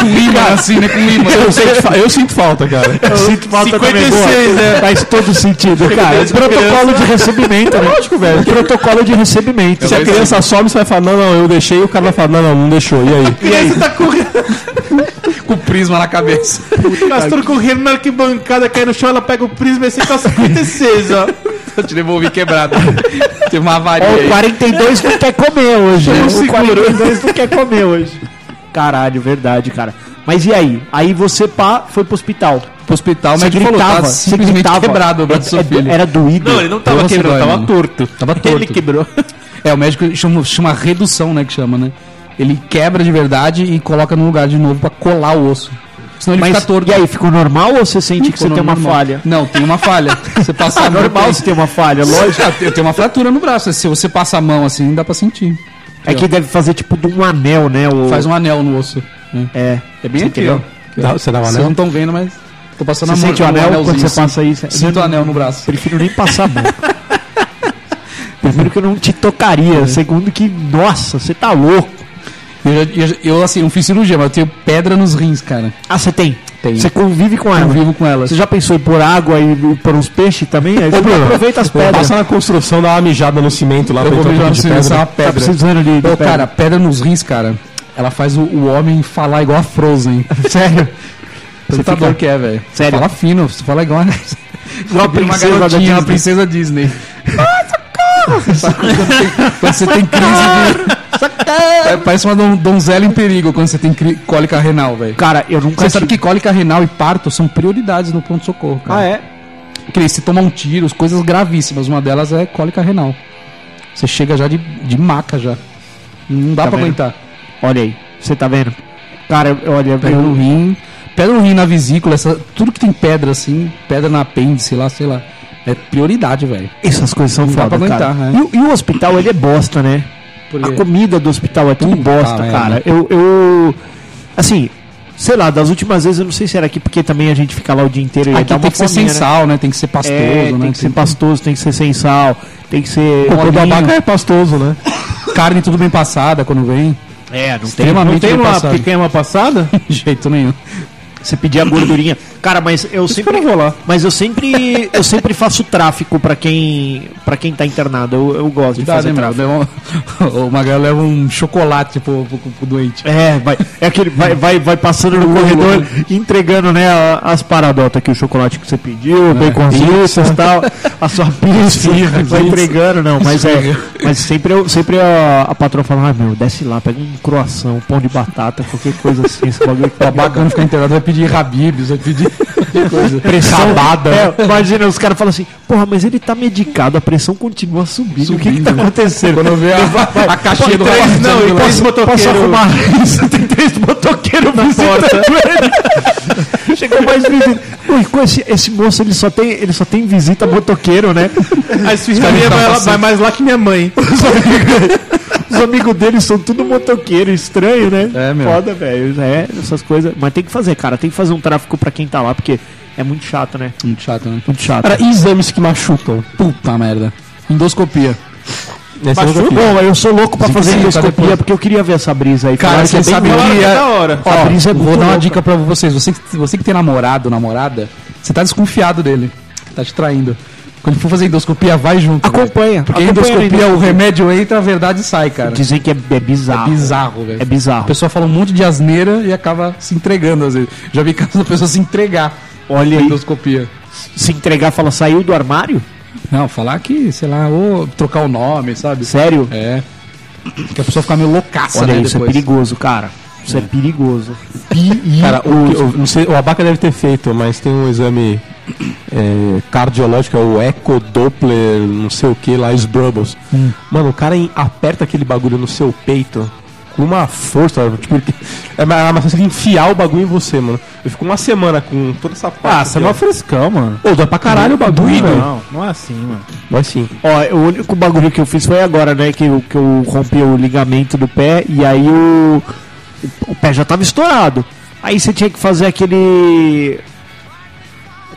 Com imã, assim, né? Com imã.
Eu, sinto, fa- eu sinto falta, cara.
Sinto falta também,
56,
boa.
né?
Faz todo sentido, cara.
Deus,
Protocolo de recebimento, né? Lógico, velho. Protocolo de recebimento.
Se a criança some, você vai falar, não, não, eu deixei, e o cara vai falar, não, não, não deixou, e aí?
E aí você tá correndo,
Com prisma na cabeça.
Castor correndo na arquibancada, cai no chão, ela pega o prisma e você tá 56, ó.
Eu te devolvi quebrado. Teve uma avaria
Ó, o
aí.
42 não quer comer hoje.
né?
Não
O
segura.
42 não quer comer hoje. Caralho, verdade, cara. Mas e aí? Aí você, pá, foi pro hospital.
Pro hospital, o
Você
médico falou, tá
gritava, você
simplesmente
gritava.
quebrado o braço do
É-
seu
é-
filho.
Era doído.
Não, ele não tava
Nossa,
quebrando,
dói,
tava
mano.
torto.
Tava torto.
Ele quebrou.
É, o médico chama, chama redução, né? Que chama, né? Ele quebra de verdade e coloca no lugar de novo pra colar o osso. Senão ele
Mas
fica torto. Tipo,
e aí, ficou normal ou você sente que você tem uma
Normal.
falha?
Não, tem uma falha. Você passa
Ah,
a mão.
normal você
tem...
ter uma falha, lógico.
Lógico, eu tenho uma fratura no braço. Se você passa a mão assim, dá pra sentir.
É que deve fazer tipo de um anel, né? O...
Faz um anel no osso.
É.
É bem
Você
aqui, ó.
entendeu?
Dá- Você dava
Vocês não
anel?
estão vendo, mas. Tô passando
Você
a mão
sente o
um
anel quando
anelzinho,
você
assim.
passa isso?
Sinto o anel no braço.
Prefiro nem passar a mão. Primeiro que eu não te tocaria. Segundo que, nossa, você tá louco.
Eu, já- eu já- eu, assim, não fiz cirurgia, mas eu tenho pedra nos rins, cara.
Ah, você tem?
Tenho.
Você convive com
Eu
ela.
vivo com elas.
Você já pensou em pôr água e pôr uns peixes também? Aí você aproveita as pedras.
Passa na construção, dá uma mijada no cimento lá,
Eu vou
feito
mijar
um
no
de
cimento,
pedra.
é uma pedra.
Tá precisando de, de
Ô,
pedra.
cara, pedra nos rins, cara. Ela faz o, o homem falar igual a Frozen.
sério.
Você tá
fica-
doido que é, velho.
Sério.
Fala fino, você fala igual a-
Uma princesa da
garotinha, uma
Disney.
princesa Disney. Ah, socorro! Quando você tem crise de... É, Parece uma don- donzela em perigo quando você tem cri- cólica renal, velho.
Cara, eu nunca
Você sabe
tive-
que cólica renal e parto são prioridades no pronto-socorro, cara.
Ah, é?
Porque aí você toma um tiro, coisas gravíssimas. Uma delas é cólica renal. Você chega já de, de maca já. Não dá
Tá
pra
vendo?
aguentar.
Olha aí. Você tá vendo? Cara, eu- olha,
Pedra no
eu...
rim, pedra no rim na vesícula, essa, tudo que tem pedra assim, pedra na apêndice lá, sei lá. É prioridade, velho.
essas coisas são
Não dá
foda,
pra
cara.
aguentar, né?
E o- e o hospital, ele é bosta, né? A
Porque
comida do hospital é tudo
Puta
bosta,
merda.
cara. Eu, eu. Assim, sei lá, das últimas vezes eu não sei se era aqui, porque também a gente fica lá o dia inteiro e
aqui
dá
tem
uma
que ser sem
fominha, né?
sal, né? Tem que ser pastoso,
É,
né?
tem que ser pastoso, tem que ser sem sal, tem que ser.
Cocô da
molinho.
vaca é pastoso, né?
Carne tudo bem passada quando vem.
É, não tem.
Extremamente
Não tem
bem
uma
passada.
picanha passada?
De jeito nenhum.
Você pedia a gordurinha. Cara, mas eu sempre. Mas eu sempre. Eu sempre faço tráfico pra quem. para quem tá internado. Eu, eu gosto de
Dá,
fazer
lembra?
tráfico.
Leva um- o Magal leva um chocolate pro, pro- pro doente.
É, vai, é aquele, vai, vai, vai passando no corredor, entregando né, a- as paradotas aqui, o chocolate que você pediu, o baconzinho e tal, a sua É. pizza, vai entregando, não, mas é, mas sempre, eu, sempre a, a patroa fala, ah, meu, desce lá, pega um croissant, um pão de batata, qualquer coisa assim, esse bagulho que tá
Bacana ficar internado, vai pedir rabibes, vai pedir qualquer coisa. É,
Sabada. É, imagina, os caras falam assim, porra, mas ele tá medicado, a pressão continua subindo, o que que tá acontecendo?
Quando vê a, a caixinha do
três,
rabibes,
não, e
lá.
três motoqueiros. Posso arrumar isso? Tem três motoqueiros na porta. Chegou mais visita. Ui, com esse, esse moço, ele só, tem, ele só tem visita motoqueiro, né?
A esfirraria vai, lá- vai mais lá que minha mãe.
Os amigos, os amigos dele são tudo motoqueiro, estranho, né?
É, meu.
Foda, velho. É, essas coisas. Mas tem que fazer, cara. Tem que fazer um tráfico pra quem tá lá, porque é muito chato, né?
Muito chato, né?
Muito chato.
Cara, e exames que machucam.
Puta merda. Endoscopia.
Essa eu nunca fiz.
Bom, eu sou louco pra fazer
sim, tá
endoscopia,
depois.
porque eu queria ver essa brisa aí.
Cara,
Falaram
você
que é bem
sabe
louca.
que é da
hora.
Ó, a brisa é
vou
muito
dar uma
louca.
dica pra vocês. Você, que- você que tem namorado, namorada, você tá desconfiado dele. Tá te traindo. Quando for fazer endoscopia, vai junto. velho.
Acompanha.
Porque a
acompanha
endoscopia, o remédio entra, a verdade sai, cara.
Dizem que é, é bizarro.
Bizarro, velho.
É bizarro.
A pessoa fala um monte de asneira e acaba se entregando, às vezes. Já vi casos da pessoa se entregar
Olha
na
aí.
endoscopia.
Se entregar, fala, saiu do armário?
Não, falar que, sei lá, ou trocar o nome, sabe?
Sério?
É. Que a pessoa fica meio loucaça,
Olha,
né,
isso é
depois.
perigoso, cara. Isso é, perigoso.
Cara, o, que eu- não sei, o Abaca deve ter feito, mas tem um exame é, cardiológico, é o Eco Doppler, não sei o que lá, os Brubbles.
Hum.
Mano, o cara em- aperta aquele bagulho no seu peito com uma força, tipo, ele- é uma uma força que enfiar o bagulho em você, mano. Eu fico uma semana com toda essa parte.
Ah, você é mó frescão, mano.
Ô, dá pra caralho o bagulho, velho.
Não, não é assim, mano.
Mas sim.
Ó, o único bagulho que eu fiz foi agora, né? Que eu, que eu rompi o ligamento do pé e aí o, o pé já tava estourado. Aí você tinha que fazer aquele.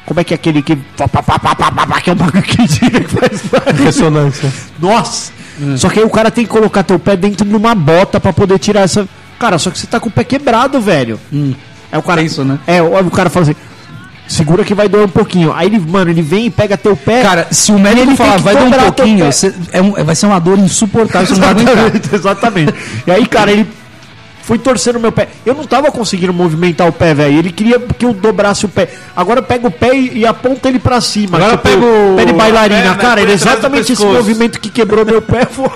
Como é que é aquele que. pá, pá, pá, pá, pá, pá, pá, Que é um bagulho que tira que faz barulho.
Ressonância.
Nossa!
É.
Só que aí o cara tem que colocar teu pé dentro de uma bota pra poder tirar essa. Cara, só que você tá com o pé quebrado, velho.
Hum.
É o cara.
Tenso, né?
É, o o cara fala assim. Segura que vai doer um pouquinho. Aí ele, mano, ele vem e pega teu pé.
Cara, se o
E
médico
ele tem
falar,
que
vai dar um
dobrar o
pouquinho,
teu pé.
você- é um- vai ser uma dor insuportável, você não vai aguentar.
exatamente, exatamente. E aí, cara, ele foi torcendo o meu pé. Eu não tava conseguindo movimentar o pé, velho. Ele queria que eu dobrasse o pé. Agora eu pego o pé e, e aponta ele pra cima. Tipo,
Agora eu pego
pé de bailarina.
a perna
cara,
por
era
trás do
exatamente esse
pescoço.
movimento que quebrou meu pé. Foi...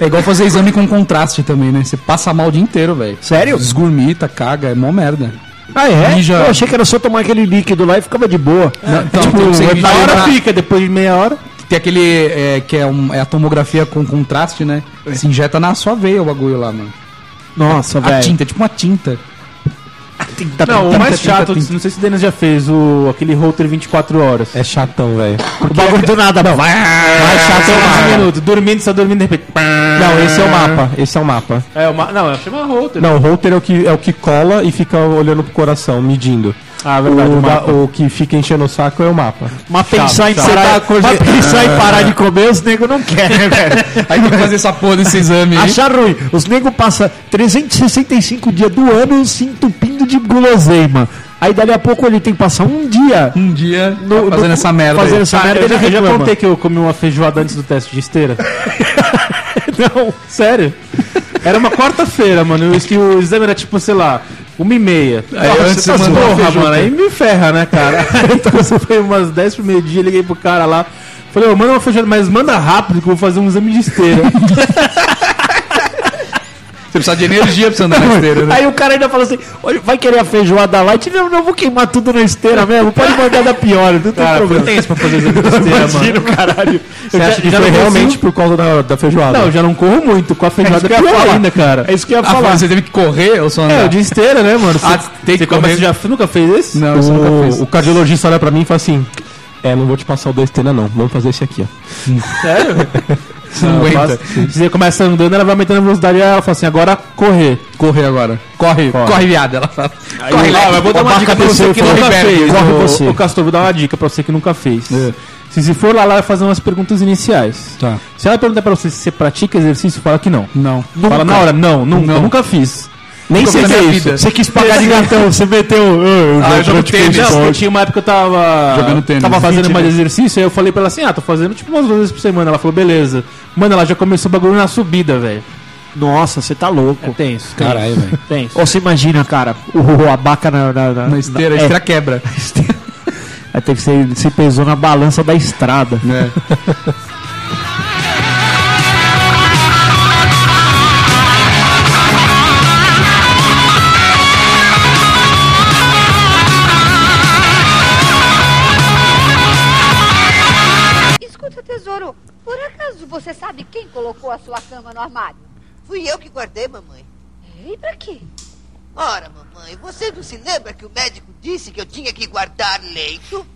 É igual fazer exame com contraste também, né? Você passa mal o dia inteiro, velho.
Sério?
Esgurmita, caga, é mó merda.
Ah, é?
Mija.
Eu achei que era só tomar aquele líquido lá e ficava de boa.
Não, então, tem que ser
Na Tipo, hora
mijar-
fica, depois de meia hora.
Tem aquele é, que é, um- é a tomografia com contraste, né?
É.
Se injeta na sua veia o bagulho lá, mano.
Nossa,
A tinta, é tipo uma tinta.
Não, o mais chato,
tinta.
não sei se o Denis já fez, o, aquele router 24 horas.
É chatão, velho.
O bagulho do nada, não. Vai.
mais chato é 15 minutos. Dormindo, só dormindo de repente.
Não, esse é o mapa. Esse é o mapa.
É uma, não, chama router.
Não, o holter é o que, é o que cola e fica olhando pro coração, medindo.
Ah,
o,
o
da-
mapa.
o que fica enchendo o saco é o mapa.
Mas pensar em
chato.
parar,
Tá, coisa-
mas pensar em parar de comer, os nego não quer, né, velho?
Aí tem que fazer essa porra desse exame aí.
Achar ruim. Os nego passa 365 dias do ano se entupindo de guloseima. Aí dali a pouco ele tem que passar um dia
Um dia
no-
fazendo
no-
essa merda.
Fazendo
aí.
essa merda,
eu,
ele
já, eu já
reclama.
contei que eu comi uma feijoada antes do teste de esteira.
Não.
Sério? Era uma quarta-feira, mano. Eu, esque- o exame era tipo, sei lá, uma e meia.
Aí antes
tá
você um mandou uma
porra,
feijuca.
mano. Aí me ferra, né, cara? então você foi umas 10 pro meio-dia, liguei pro cara lá. Falei, ô, manda uma feijoada, mas manda rápido que eu vou fazer um exame de esteira.
Você precisa de energia pra você andar na esteira, né?
Aí o cara ainda fala assim: "Olha, vai querer a feijoada lá? Eu te- um Não, não vou queimar tudo na esteira mesmo. Pode mandar da pior, não tem problema.
tenso pra fazer exame de esteira, mano.
Imagina, caralho.
Você
Eu
acha
já-
que
já não
foi
assim? consigo-
realmente
Por causa da, da feijoada.
Não, eu já não corro muito. Com a feijoada é
que eu ia
pior
falar.
ainda, cara.
É isso que eu ia
Ah,
falar.
mas você teve que correr ou só
É,
andar?
o de esteira, né, mano? Você,
Ah, tem que
você come-
correr.
você já nunca fez esse?
Não, isso eu nunca
o,
fiz.
o cardiologista olha pra mim e fala assim: É, não vou te passar o da esteira, não. Vamos fazer esse aqui, ó.
Sério?
Você não aguenta.
Se você começa andando, ela vai aumentando a velocidade e ela fala assim, agora correr.
Correr agora. Corre, corre, viada. Ela fala. corre,
Ah, mas vou dar uma dica pra você que nunca fez.
Corre
Ô,
você.
Ô, Castor, vou dar uma dica pra você que nunca fez.
É.
Se você for lá, ela vai fazer umas perguntas iniciais.
Tá.
Se ela perguntar pra você se você pratica exercício, fala que não.
Não.
Fala na hora, não, nunca,
Não.
nunca fiz.
Nem
nunca
sei
vi
que
na
é
minha
isso.
vida.
Você quis pagar de gatão, você meteu. "Ah, eu
Ah, eu
jogo
jogo
Então,
tênis,
futebol."
Não, tinha uma época que eu tava
Jogando tênis.
Tava fazendo
Fit,
mais
né?
exercício, aí eu falei pra ela assim: "Ah, tô fazendo tipo umas duas vezes por semana". Ela falou: "Beleza". Mano, ela já começou o bagulho na subida, velho.
Nossa, você tá louco.
É tenso.
Caralho, velho.
Tem isso.
Ou você imagina, cara, o, o abaca na, na, na-
Na esteira, a
é,
esteira quebra.
Aí tem que ser, se pesou na balança da estrada.
Escuta, tesouro, por acaso você sabe quem colocou a sua cama no armário?
Fui eu que guardei, mamãe.
E pra quê?
Ora, mamãe, você não se lembra que o médico disse que eu tinha que guardar leito?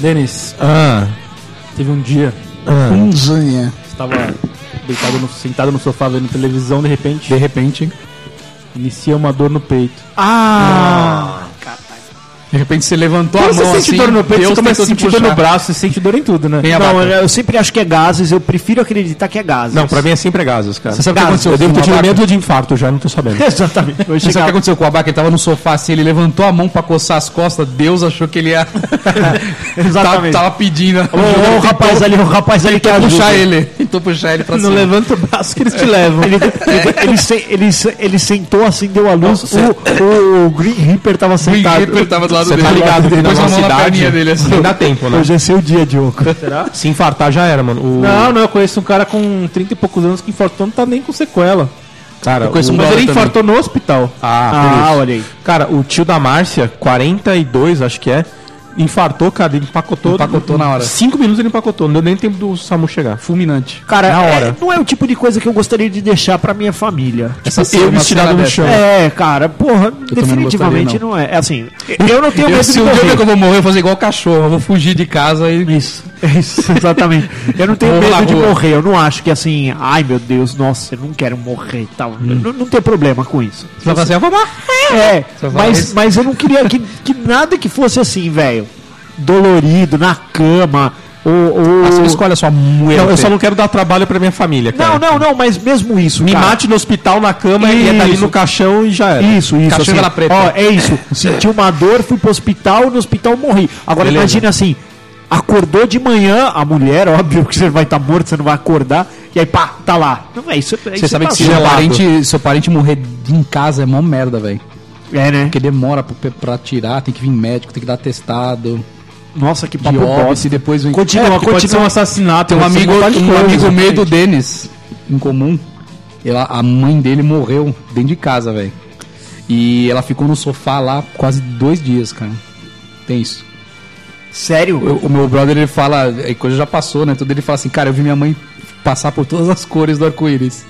Denis,
Ah,
teve um dia,
ah.
você tava deitado no- sentado no sofá vendo televisão, de repente,
De repente,
inicia uma dor no peito.
Ah! de repente você levantou a
Quando
Tá
mão
você sente
assim,
dor no peito,
Deus
você começa a
tentou te
sentir dor no
puxar.
braço, você sente dor em tudo, né?
Vem a
Não,
vaca.
eu sempre acho que é gases, eu prefiro acreditar que é gases.
Não, pra mim é sempre gases, cara.
Você sabe o que aconteceu?
Eu devo
com
ter
o
tido
Abaca?
medo de infarto já, não tô sabendo.
Exatamente. Eu
Você sabe o que
chegava-
aconteceu com o Abaca? Ele tava no sofá assim, ele levantou a mão pra coçar as costas, Deus achou que ele ia. tava,
Exatamente.
tava pedindo.
Ô, ô, o rapaz ali, o rapaz ali que
tentou puxar
ajuda.
ele. assim. Tentou puxar ele pra
Não
cima.
levanta o braço que eles te levam.
Ele, ele, ele, se- ele se- ele sentou assim, deu a luz. o, o, o Green Reaper tava
O
sentado.
Reaper tava do lado
Você
dele.
tá ligado,
Ele
na
pôs a mão
nossa
na
idade,
perninha dele assim.
não dá tempo, né?
Hoje é seu dia, Diogo.
Se infartar já era, mano. O...
Não, não, eu conheço um cara com 30 e poucos anos que infartou, não tá nem com sequela.
Cara,
conheço
o-
um
Mas
dólar
ele
também.
infartou no hospital.
Ah, por isso.
olha aí.
Cara, o tio da Márcia, 42, acho que é, infartou, cara, ele empacotou.
Empacotou na hora.
Cinco minutos ele empacotou, não deu nem tempo do SAMU chegar.
Fulminante.
Cara,
Na
é-
hora.
não é o tipo de coisa que eu gostaria de deixar pra minha família. Tipo assim,
Essa
eu
cena, uma
estirado
cena
no
dessa.
chão.
É, cara, porra, definitivamente
gostaria,
não. é. É assim, eu não tenho
Eu,
medo
se
de
um dia eu ver
morrer.
que eu vou morrer, eu vou fazer igual o cachorro. Eu vou fugir de casa e.
Isso, isso, exatamente. Eu não tenho
Morro na
medo de
rua.
morrer, eu não acho que assim, ai meu Deus, nossa, eu não quero morrer e tal. Eu Não, não tem problema com isso.
Você vai assim, "Ah, fazer, eu vou morrer.
É,
Só fala
mas,
isso.
mas eu não queria que, que nada que fosse assim, velho. Dolorido, na cama, ou. ou-
Ah, você não escolhe a sua mulher.
Não, eu só não quero dar trabalho pra minha família, cara.
Não, não, não, mas mesmo isso.
Me
cara.
mate no hospital, na cama, e
é
ia tá ali
Isso.
no caixão e já era.
Isso, isso.
Cachorro da preta.
Ó, é isso. Senti uma dor, fui pro hospital, no hospital morri. Agora
Beleza.
imagina assim, acordou de manhã, a mulher, óbvio que você vai estar morto, você não vai acordar, e aí pá, tá lá. Não é isso.
Você sabe que se seu
gelado.
parente, seu parente morrer de- em casa é mó merda, velho.
É, né?
Porque demora pra, pra tirar, tem que vir médico, tem que dar testado,
Nossa, que papo
de óbito,
bosta.
e depois vem. É,
Continua,
Pode ser um
continua.
assassinato.
Tem um
pode ser
amigo,
vontade de
um
coisa.
né,
amigo meio do Denis, em comum. Ela, a mãe dele morreu dentro de casa, velho. E ela ficou no sofá lá quase dois dias, cara. Tem isso.
Sério?
Eu- o meu brother, ele fala, a coisa já passou, né? Tudo ele fala assim, cara, eu vi minha mãe passar por todas as cores do arco-íris.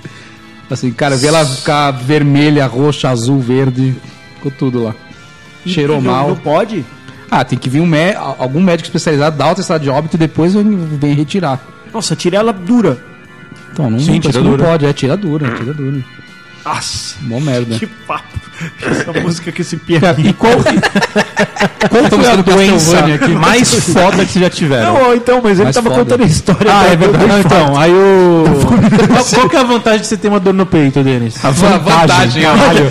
Assim, cara, eu vi ela ficar vermelha, roxa, azul, verde. Ficou tudo lá. Cheirou
Não-
mal.
Não pode?
Ah, tem que vir um mé algum médico especializado, dar o testado de óbito e depois vem, vem retirar.
Nossa, tira ela dura.
Então, não,
Sim,
parece que
tiradura.
não pode, é tiradura, tiradura.
Nossa,
Mó merda.
que papo. Essa música que esse
E
piano.
qual,
tipo
qual
é
foi a doença mais foda que vocês já tiveram?
Não, então, mas ele
Mas
tava
foda.
contando a história.
Ah,
da-
é verdade.
do
Não,
infarto.
então, aí o.
Tá
qual, qual que é a vantagem de você ter uma dor no peito, Denis?
A vantagem, caralho.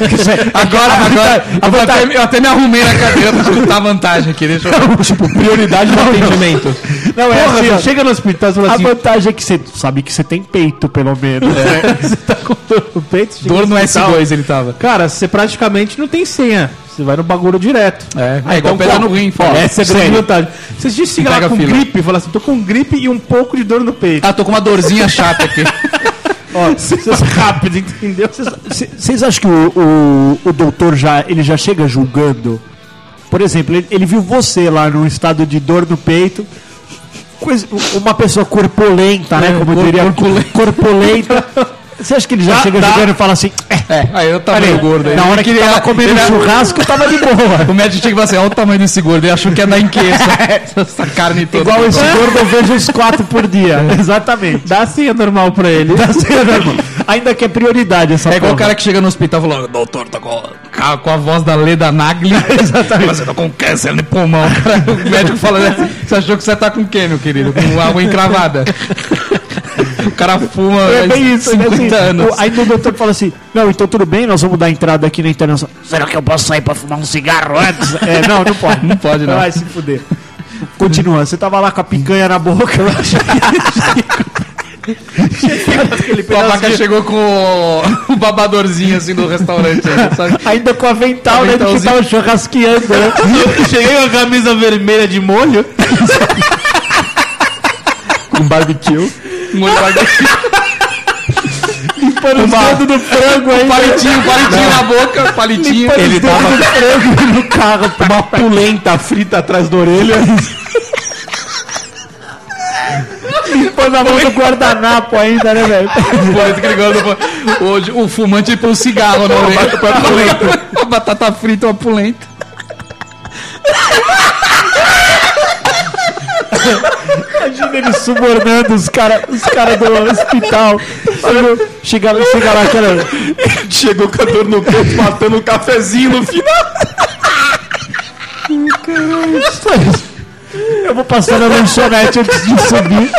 Agora, agora, eu, vou até, eu até me arrumei na cadeira pra escutar a vantagem aqui, deixa eu
Prioridade do atendimento.
Não, é
Porra,
assim, ó.
você chega no hospital e fala
A
assim.
vantagem é que você sabe que você tem peito, pelo menos.
Você tá com dor no peito? chega
Dor no
hospital.
S2 ele tava.
Cara, você praticamente não tem senha. Você vai no bagulho direto.
É, é igual pedra no rim, fala.
Essa é a grande
sério.
vantagem. Você se chega lá
Pega a
com
fila.
gripe e fala assim: tô com gripe e um pouco de dor no peito.
Ah, tô com uma dorzinha chata aqui.
Ó, você você- rápido, entendeu? Você-
Vocês acham que o, o, o doutor já, ele já chega julgando? Por exemplo, ele, ele viu você lá num estado de dor no peito.
É,
coisa- uma pessoa corpulenta, né? Como eu diria. Corpulenta. Você acha que ele já
Tá,
chega jogando e fala assim. "É,
É, aí eu tava
Olha aí,
meio gordo. aí.
Na hora que ele tava comendo
ele era- um
churrasco, tava de boa.
O médico tinha que falar assim, olha o tamanho desse gordo, ele achou que ia dar em queijo. Essa carne toda.
Igual esse gordo eu vejo uns quatro por dia. Exatamente.
Dá a senha normal pra ele.
Tá sendo, irmão. Ainda que é prioridade essa
né, É igual o
porra.
cara que chega no hospital e fala, doutor, tá com a, com a voz da Leda Nagli. Exatamente. Você tá com câncer no pulmão. Cara, O médico fala, né, você achou que você tá com o quê, meu querido? Com água encravada. O cara fuma
É bem
há
isso,
50
né, assim,
anos.
o- Aí o doutor fala assim: Não, então tudo bem, nós vamos dar entrada aqui na internação. Será que eu posso sair pra fumar um cigarro antes? É, não, não pode.
Não pode, não.
Vai se fuder. Continua, você tava lá com a picanha na boca.
a vaca chegou com o- o babadorzinho assim do restaurante. Sabe?
Ainda com a vental, né? Do que
Aventalzinho.
tava churrasqueando, né?
Cheguei com a camisa vermelha de molho.
Com barbecue.
Um olho pra-
Um
Limpando os dedos do frango aí.
palitinho, palitinho na boca, palitinho.
Ele tava do frango no carro.
Uma pulenta frita atrás da orelha.
Limpando a mão do guardanapo ainda, né, velho?
Pô, que ele gosta do- Hoje, o fumante ele põe um cigarro na orelha. Uma batata frita, uma pulenta.
Imagina ele subornando os caras os cara do hospital. Chega, chega lá, chega lá, cara.
Chegou com a dor no peito, matando um cafezinho no final.
Eu vou passar na lanchonete antes de subir.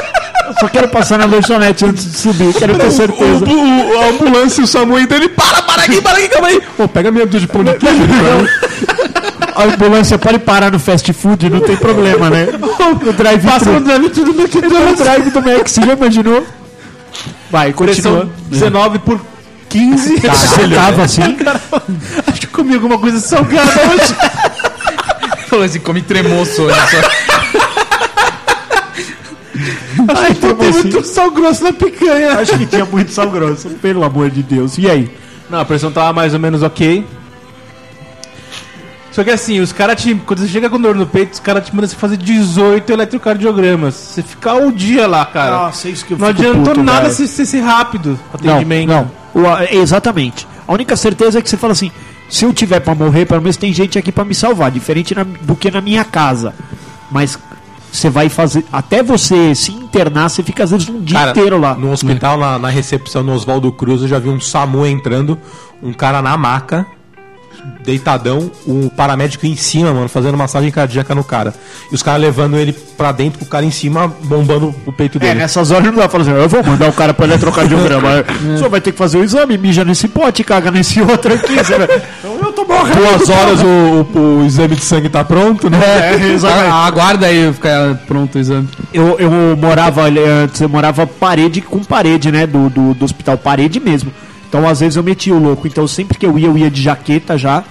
Eu só quero passar na lanchonete antes de subir, quero ter certeza.
O, o, a ambulância, o SAMU, então ele para, para aqui, para aqui, calma aí. Pô, pega minha dúvida de pão de queijo.
né? A ambulância pode parar no fast food, não tem problema, né? No drive Passa no drive do McDonald's. No drive do Mac, você já imaginou? Vai, continua.
19 por 15.
Você tava assim?
Acho que comi alguma coisa salgada hoje.
Falou assim, come tremoço. né? Olha só.
Ai,
Tem
tava assim.
muito sal grosso na picanha.
Acho que tinha muito sal grosso, pelo amor de Deus. E aí?
Não, a pressão tava mais ou menos ok. Só que assim, os caras te. Quando você chega com dor no peito, os caras te mandam você fazer 18 eletrocardiogramas. Você fica o dia lá, cara.
é isso que eu
não adiantou nada você você ser rápido.
Não, não. O- a- exatamente. A única certeza é que você fala assim: se eu tiver pra morrer, pelo menos tem gente aqui pra me salvar, diferente na- do que na minha casa. Mas você vai fazer. Até você se internar, você fica às vezes um dia
Cara,
inteiro lá.
No hospital, na, na recepção no Oswaldo Cruz, eu já vi um SAMU entrando, um cara na maca, deitadão, o paramédico em cima, mano, fazendo massagem cardíaca no cara. E os caras levando ele pra dentro, com o cara em cima, bombando o peito
É,
dele.
nessas horas não dá pra falar assim, eu vou mandar o cara pra eletrocardiograma. O senhor vai ter que fazer o exame, mija nesse pote, caga nesse outro aqui. você vai- Então eu tô morrendo.
Duas horas o, o- o exame de sangue tá pronto, né?
É, exatamente.
Ah, aguarda aí, fica pronto o exame.
Eu, eu morava ali antes, eu morava parede com parede, né? Do, do, do hospital, parede mesmo. Então às vezes eu metia o louco. Então sempre que eu ia, eu ia de jaqueta já,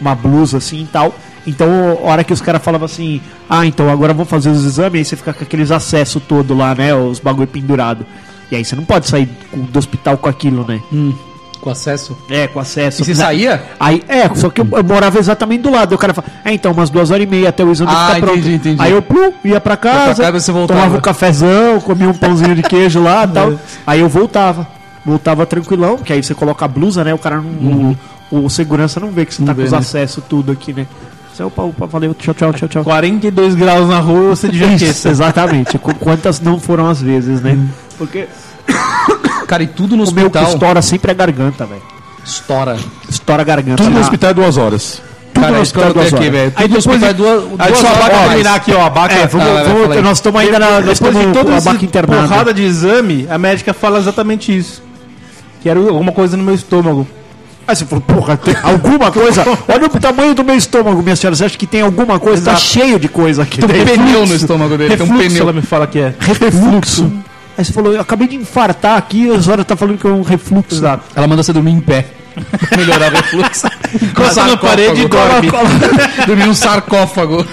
uma blusa assim e tal. Então, a hora que os caras falavam assim, ah, então agora vamos fazer os exames, aí você fica com aqueles acessos todo lá, né? Os bagulho pendurado. E aí você não pode sair com- do hospital com aquilo, né?
Com acesso.
É, com acesso.
E você saía?
Aí, é, só que eu, eu morava exatamente do lado. O cara fala, é, então, umas duas horas e meia até o exame
Ah,
ficar pronto.
entendi, entendi.
Aí eu plum, ia pra casa,
casa, você voltava. É.
tomava um cafezão, comia um pãozinho de queijo lá e tal. Aí eu voltava. Voltava tranquilão, porque aí você coloca a blusa, né? O cara não.
Uhum.
O, o segurança não vê que você tá
né?
com os acessos tudo aqui, né? Você, opa, opa, valeu, tchau, tchau, tchau, tchau.
42 graus na rua, você de
Isso,
jaqueta.
exatamente. Qu- Quantas não foram as vezes, né? Porque
Cara, e tudo no
o meu que
Uhum. hospital
estoura sempre a garganta, velho.
estoura.
Estoura a garganta.
Tudo no
Ah,
hospital é duas horas.
tudo
Cara,
no
isso que eu
hospital
notei
duas
aqui,
horas.
velho. Tudo no hospital é duas,
Ah,
duas
só vai
horas.
terminar aqui, ó, a vaca.
É, vamos,
Tá, vai,
vamos-
fala aí.
nós estamos ainda na. Nós
né? Depois
estamos
de
com
toda
a
essa
vaca internada.
porrada de exame, a médica fala exatamente isso. Que era alguma coisa no meu estômago.
Aí Ah, você falou, porra, tem alguma coisa? Olha o tamanho do meu estômago, minha senhora. Você acha que tem alguma coisa? Tá cheio de coisa aqui.
Tem um
dentro.
pneu no estômago dele, tem um
Refluxo,
pneu.
ela me fala que é.
refluxo. Aí você falou, eu acabei de infartar aqui e a senhora tá falando que é um refluxo.
Exato.
Ela mandou você dormir em pé. Melhorar o refluxo. Encosta
na parede e dorme.
Dormir num sarcófago.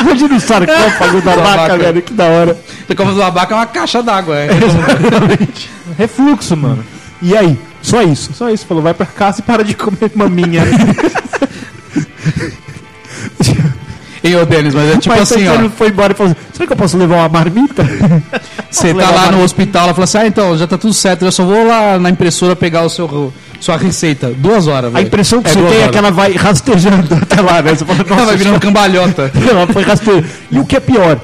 Imagina o sarcófago da vaca,
vaca.
velho, que da hora.
Você compra uma vaca, é uma caixa d'água. É.
Refluxo, mano.
E aí? Só isso. Tipo
Só isso, falou. Vai pra casa e para de comer maminha.
Ei, ô Denis, mas é tipo
Mas
assim,
então
ó.
ele foi embora e falou assim, será que eu posso levar uma marmita?
Você tá lá no hospital, ela fala assim, ah, então, já tá tudo certo, eu só vou lá na impressora pegar o seu, sua receita. Duas horas,
A
velho.
impressão que
É
você
duas
tem é
horas.
que ela vai rastejando até lá, né? Você fala,
Ela vai
nossa,
virando cambalhota.
ela foi rastejando. E o que é pior,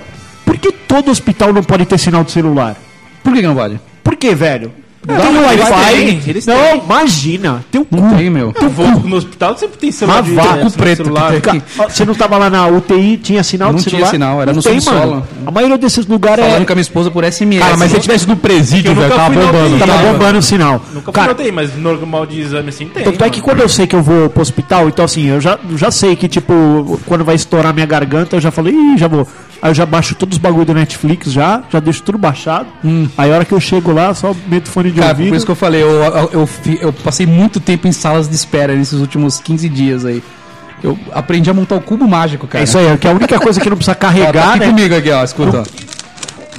por que todo hospital não pode ter sinal de celular?
Por que que não vale?
Por que, velho?
É,
Dá,
tem o
eles
Wi-Fi?
têm, eles
não, imagina. Tem um cu.
Tem, meu.
Tem um
Vou no hospital sempre tem celular.
Uma
de-
vaca
né?
de
preto.
celular.
Tem.
Ca- ó, Você não tava lá na UTI, tinha sinal
Não
de
tinha
celular?
sinal, era no subsolo.
A maioria desses lugares
Falando
é...
com a minha assim, é esposa por SMS.
Cara, mas se ele tivesse no presídio,
Eu
velho,
nunca
tava
fui na
bombando.
UTI.
Tava
Cara,
bombando o sinal.
Nunca
Cara,
cara, tem, mas normal de exame assim tem.
Tanto é
mano.
que quando eu sei que eu vou pro hospital, então assim, eu já, já sei que, tipo, quando vai estourar minha garganta, eu já falei, ih, já vou. Aí eu já baixo todos os bagulho do Netflix já, já deixo tudo baixado. Aí a hora que eu chego lá, só meto fone de
Cara,
ouvido.
por isso que eu falei, eu, eu, eu fi- eu passei muito tempo em salas de espera nesses últimos 15 dias aí. Eu aprendi a montar o cubo mágico,
É
cara.
isso aí, que a única coisa que não precisa
Ó, tá
carregar,
aqui
né?
comigo aqui, ó, escuta. ó.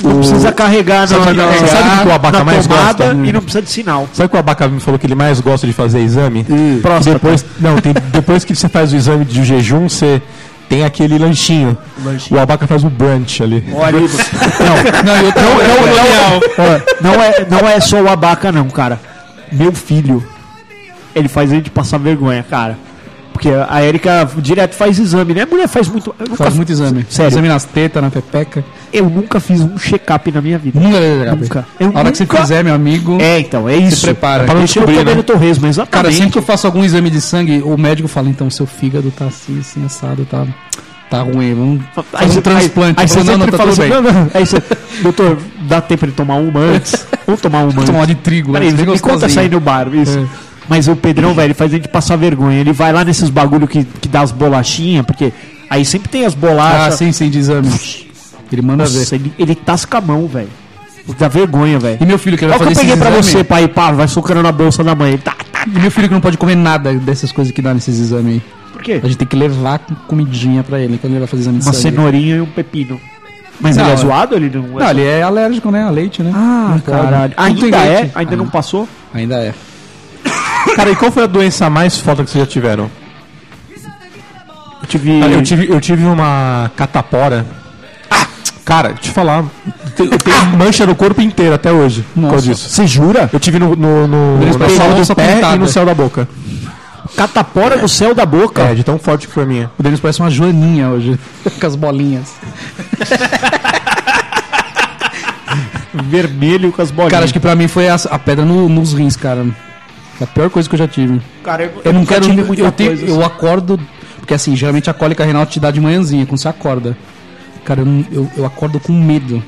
Não precisa carregar na, na,
carregar.
sabe o que o abaca
na
mais
tomada
gosta? né? e não precisa de sinal.
Sabe que o Abaca me falou que ele mais gosta de fazer exame?
Próximo.
tá.
Depois, não, tem- depois que você faz o exame de jejum, você tem aquele lanchinho. O Abaca faz o brunch ali.
Não, e outra coisa, velho.
não, é, não é só o abaca, não, cara. Meu filho, ele faz a gente passar vergonha, cara. Porque a Erika direto faz exame, né? A mulher faz muito. Eu nunca,
Faz muito exame.
Sério.
Exame nas tetas, na pepeca.
eu nunca fiz um check-up na minha vida.
Nunca deu check-up.
Nunca.
A
Eu
hora que você
nunca-
fizer, meu amigo.
É, então, é isso.
Se prepara.
Pra não
Deixa eu
descobrir,
comer
né? torresmo,
Cara,
exatamente.
sempre que eu faço algum exame de sangue, o médico fala, então, seu fígado tá assim, assim, assado, tá, tá ruim, vamos
Aí
fazer
você
um transplante. tá
Aí, aí você
Eu falo,
sempre fala assim, não, não. Aí você, doutor, dá tempo de tomar uma antes. Vamos tomar uma antes.
Tomar uma de trigo, né?
Peraí,
antes, bem
me conta
gostosinha.
sair no bar, isso. Mas o Pedrão, velho, ele faz a gente passar vergonha. Ele vai lá nesses bagulho que, que dá as bolachinhas, porque aí sempre tem as
Ah,
bolachas.
sim, sim, de exame. Ele manda ver.
Nossa, ele, ele tasca a mão, velho. Dá vergonha, velho.
E meu filho que
Olha
vai
o que
fazer
eu peguei
esses
pra
exame-
você, pai. Pá, vai socando na bolsa da mãe. Ele Tá, tá.
E meu filho que não pode comer nada dessas coisas que dá nesses exames aí.
Por quê?
A gente tem que levar comidinha pra ele quando ele vai fazer exame de
Uma
sangue.
cenourinha e um pepino. Mas
Não,
ele é
é-
zoado? Ele não
Não, ele é alérgico, né? A leite, né?
Ah,
Não pode.
caralho.
Não tem Uhum.
Ainda é?
leite.
Ainda não passou?
Ainda é.
Cara, e qual foi a doença mais foda que vocês já tiveram?
Eu tive...
Cara, eu tive, eu tive uma catapora. Ah, Cara, deixa eu te falar. Eu tenho
Ah!
mancha no corpo inteiro até hoje. Por causa
Nossa.
disso. Você jura? Eu tive no, no, no,
Eles
na
pegam
sola
onça
do pé
pintada.
e no céu da boca.
Catapora no céu da boca.
É, de tão forte que foi a minha.
O Denis parece uma joaninha hoje, com as bolinhas.
Vermelho com as bolinhas.
Cara, acho que pra mim foi a, a pedra no- nos rins, cara. Foi a pior coisa que eu já tive.
Cara,
Eu não quero.
tive assim.
Eu, tenho- eu acordo. Porque assim, geralmente a cólica renal te dá de manhãzinha, quando você acorda. Cara, eu, não- eu, eu acordo com medo.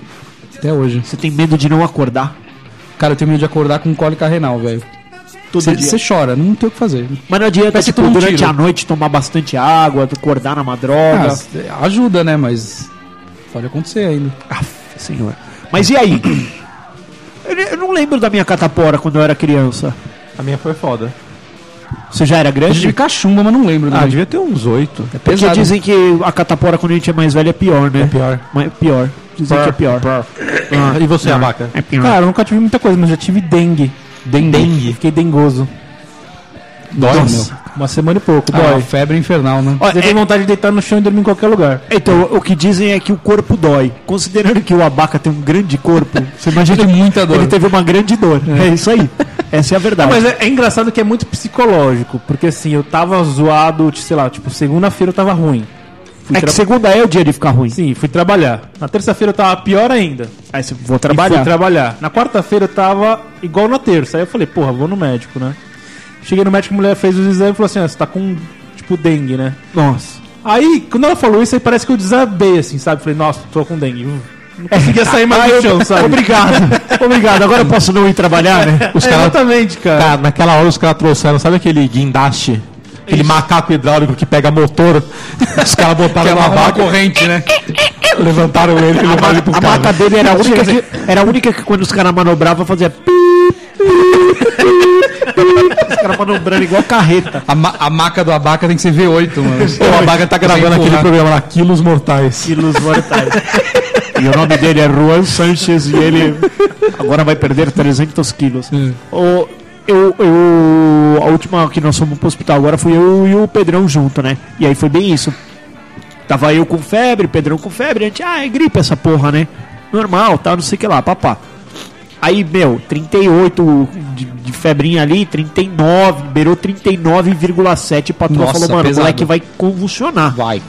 Até hoje.
Você tem medo de não acordar
Cara, eu tenho medo de acordar com cólica renal, velho.
todo
Você
dia.
você chora, não tem o que fazer.
Mas não adianta,
Parece
tipo,
que toma um
durante
tiro.
a noite tomar bastante água, acordar na madroga.
Ah, cê- ajuda, né? Mas pode acontecer ainda.
senhor. Mas e aí? Eu, eu não lembro da minha catapora quando eu era criança.
A minha foi foda.
Você já era
Eu
grande?
tive cachumba, mas não lembro. né,
Ah,
também.
devia ter uns oito.
É
Porque
pesado.
dizem que a catapora quando a gente é mais velho é pior, né? É
pior.
Mas é pior. Dizem que é pior.
e você, Abaca?
É pior.
Cara, eu nunca tive muita coisa, mas já tive dengue. Dengue. Fiquei dengoso.
Dói, meu.
Uma semana e pouco,
Ah,
dói.
uma febre infernal, né?
Ó,
Você tem
é-
vontade de deitar no chão e dormir em qualquer lugar.
Então, o que dizem é que o corpo dói. Considerando que o abaca tem um grande corpo, você imagina
Tem muita dor.
Ele teve uma grande dor. É, isso aí. Essa é a verdade.
Mas é, é engraçado que é muito psicológico, porque assim, eu tava zoado, t- sei lá, tipo, segunda-feira eu tava ruim. Fui
é que
tra-
segunda é o dia de ficar ruim.
Sim, fui trabalhar. Na terça-feira eu tava pior ainda.
Aí você vou
E
trabalhar.
fui trabalhar. Na quarta-feira eu tava igual na terça. Aí eu falei, porra, vou no médico, né? Cheguei no médico, a mulher fez os exames e falou assim, ó, você tá com, tipo, dengue, né?
Nossa.
Aí, quando ela falou isso, aí parece que eu desabei, assim, sabe? Falei, nossa, tô com dengue. Uh, Não
É,
conseguia sair mais do chão, sabe?
Obrigado. Obrigado. Agora eu posso não ir trabalhar, né?
Os
É,
caras
exatamente, cara.
Cara, naquela hora os caras trouxeram, sabe aquele guindaste? Aquele macaco hidráulico que pega motor. Os caras
é
botaram na
é uma
vaca,
corrente, né?
levantaram ele e levaram ele pro
A
carro.
maca dele era a única que, era a única que quando os caras manobravam fazia pi, pi, pi, pi. Os caras manobrando igual carreta.
A, ma- a maca do abaca tem que ser V8, mano.
Pô, a Baga tá gravando aquele programa lá, Quilos Mortais.
Quilos mortais. E o nome dele é Juan Sanchez e ele agora vai perder 300 quilos.
É.
O, eu, eu, a última que nós fomos pro hospital agora foi eu e o Pedrão junto, né? E aí foi bem isso. Tava eu com febre, Pedrão com febre, a gente, ah, é gripe essa porra, né? Normal, tal, não sei o que lá, papá. Aí, meu, 38 de, de febrinha ali, 39, beirou 39,7. O patrão
Nossa,
falou, mano, o
pesado.
moleque vai convulsionar.
Vai.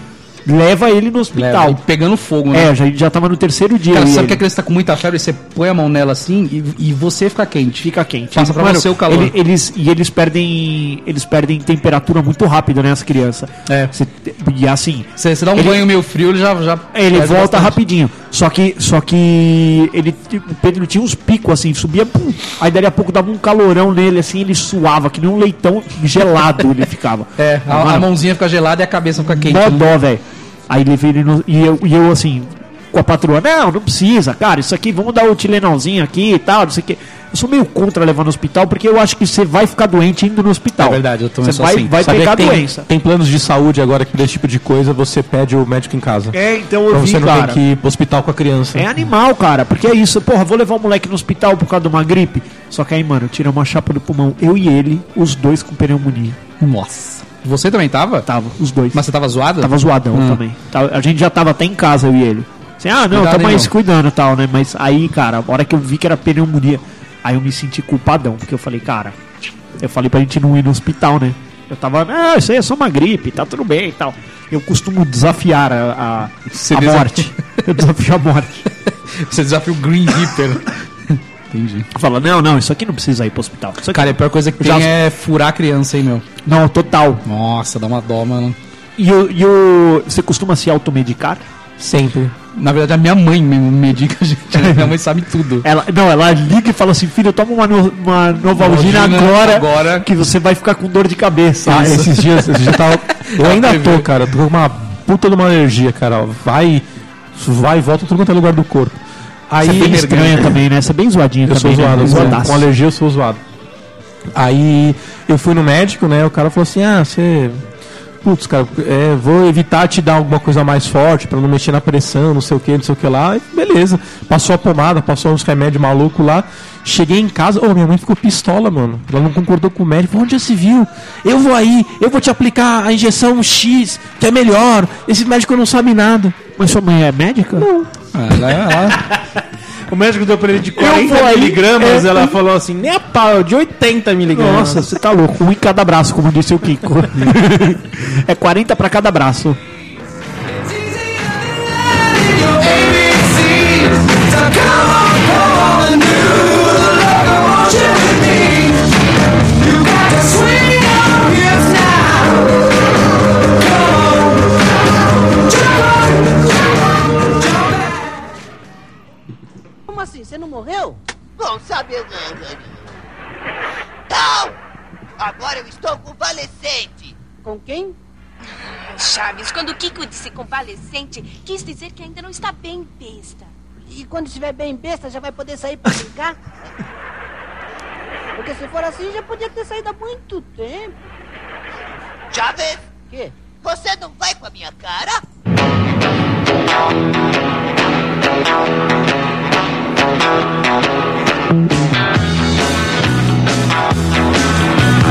Leva ele no
Leva.
hospital.
E pegando fogo, né?
É, já, já tava no terceiro dia.
Cara,
aí
sabe que a
ele.
criança tá com muita febre? Você põe a mão nela assim e, e você fica quente.
Fica quente.
Passa pra você o calor.
ele- eles, e eles perdem, eles perdem temperatura muito rápido, né, as crianças.
É.
Você- e assim,
Você, você dá um
Ele-
banho meio frio, ele já. já
ele
faz
volta
bastante.
rapidinho. Só que, só que ele, o Pedro tinha uns picos assim, subia, pum, aí dali a pouco dava um calorão nele, assim, ele suava, que nem um leitão gelado ele ficava.
É, a, a
Mano,
mãozinha fica gelada e a cabeça fica quente. né?
Mó dó, velho. Aí levei ele no, e, eu, e eu, assim, com a patroa, não, não precisa, cara, isso aqui, vamos dar o tilenolzinho aqui e tal, não sei o quê. Eu sou meio contra levar no hospital, porque eu acho que você vai ficar doente indo no hospital.
É verdade, eu também
Você
sou
vai,
assim.
vai
Sabia
pegar a
que tem,
doença.
Tem planos de saúde agora que desse tipo de coisa você pede o médico em casa.
É, então
Pra
eu
você
vi,
não
cara.
ter que ir pro hospital com a criança.
É animal, cara, porque é isso. Porra, vou levar o moleque no hospital por causa de uma gripe. Só que aí, mano, tira uma chapa do pulmão. Eu e ele, os dois com pneumonia.
Nossa. Você também tava?
Tava, os dois.
Mas você tava zoado?
Tava zoadão
Hum.
também. Tá- A gente já tava até em casa, eu e ele. Assim, ah, não,
Cuidado
tá
aí,
mais
não.
cuidando e tal, né? Mas aí, cara, a hora que eu vi que era pneumonia, aí eu me senti culpadão, porque eu falei, cara, eu falei pra gente não ir no hospital, né? Eu tava, ah, isso aí é só uma gripe, tá tudo bem e tal. Eu costumo desafiar a, a, a
desa-
morte. Eu desafio a morte.
Você desafia o Green Reaper. Entendi.
Fala, não, não, isso aqui não precisa ir pro hospital. Isso aqui...
Cara, a pior coisa que tem
Já-
é furar a criança, hein, meu?
Não, total.
Nossa, dá uma dó, mano.
E o, e o. Você costuma se automedicar?
Sempre.
Na verdade, a minha mãe me medica, gente. né? minha mãe sabe tudo.
Ela, não, ela liga e fala assim, filho, toma uma, no- uma novalgina
Novalgina
agora,
agora."
que você vai ficar com dor de cabeça.
Ah,
Isso. É
esses dias, esses dias eu tava- Eu ainda
prevê.
tô, cara. eu Tô com uma puta de uma alergia, cara. Vai, vai e volta em tudo quanto é lugar do corpo. Aí
Essa é bem estranha também, né? Essa é bem zoadinha
Eu sou
também,
zoado,
né?
eu sou-
Zoadaço.
com alergia eu sou zoado. Aí eu fui no médico, né? O cara falou assim: ah, você. Putz, cara, é, vou evitar te dar alguma coisa mais forte pra não mexer na pressão, não sei o que, não sei o que lá. E beleza. Passou a pomada, passou uns remédios malucos lá. Cheguei em casa, ô, minha mãe ficou pistola, mano. Ela não concordou com o médico. Falou, Onde já se viu? Eu vou aí, eu vou te aplicar a injeção X, que é melhor. Esse médico não sabe nada.
Mas sua mãe é médica?
Ah, ela- ela-
O médico deu pra ele de
vou
40
aí,
miligramas,
é.
ela falou assim, nem a pau, de 80 miligramas.
Nossa, você tá louco. Um em cada braço, como disse o Kiko. é 40 pra cada braço.
Como assim? Você não morreu?
Bom, sabe, eu... Não! Agora eu estou convalescente.
Com quem?
Chaves, quando o Kiko disse convalescente, quis dizer que ainda não está bem besta.
E quando estiver bem besta, já vai poder sair pra brincar? Porque se for assim, já podia ter saído há muito tempo.
Chaves,
Quê?
você não vai com a minha cara?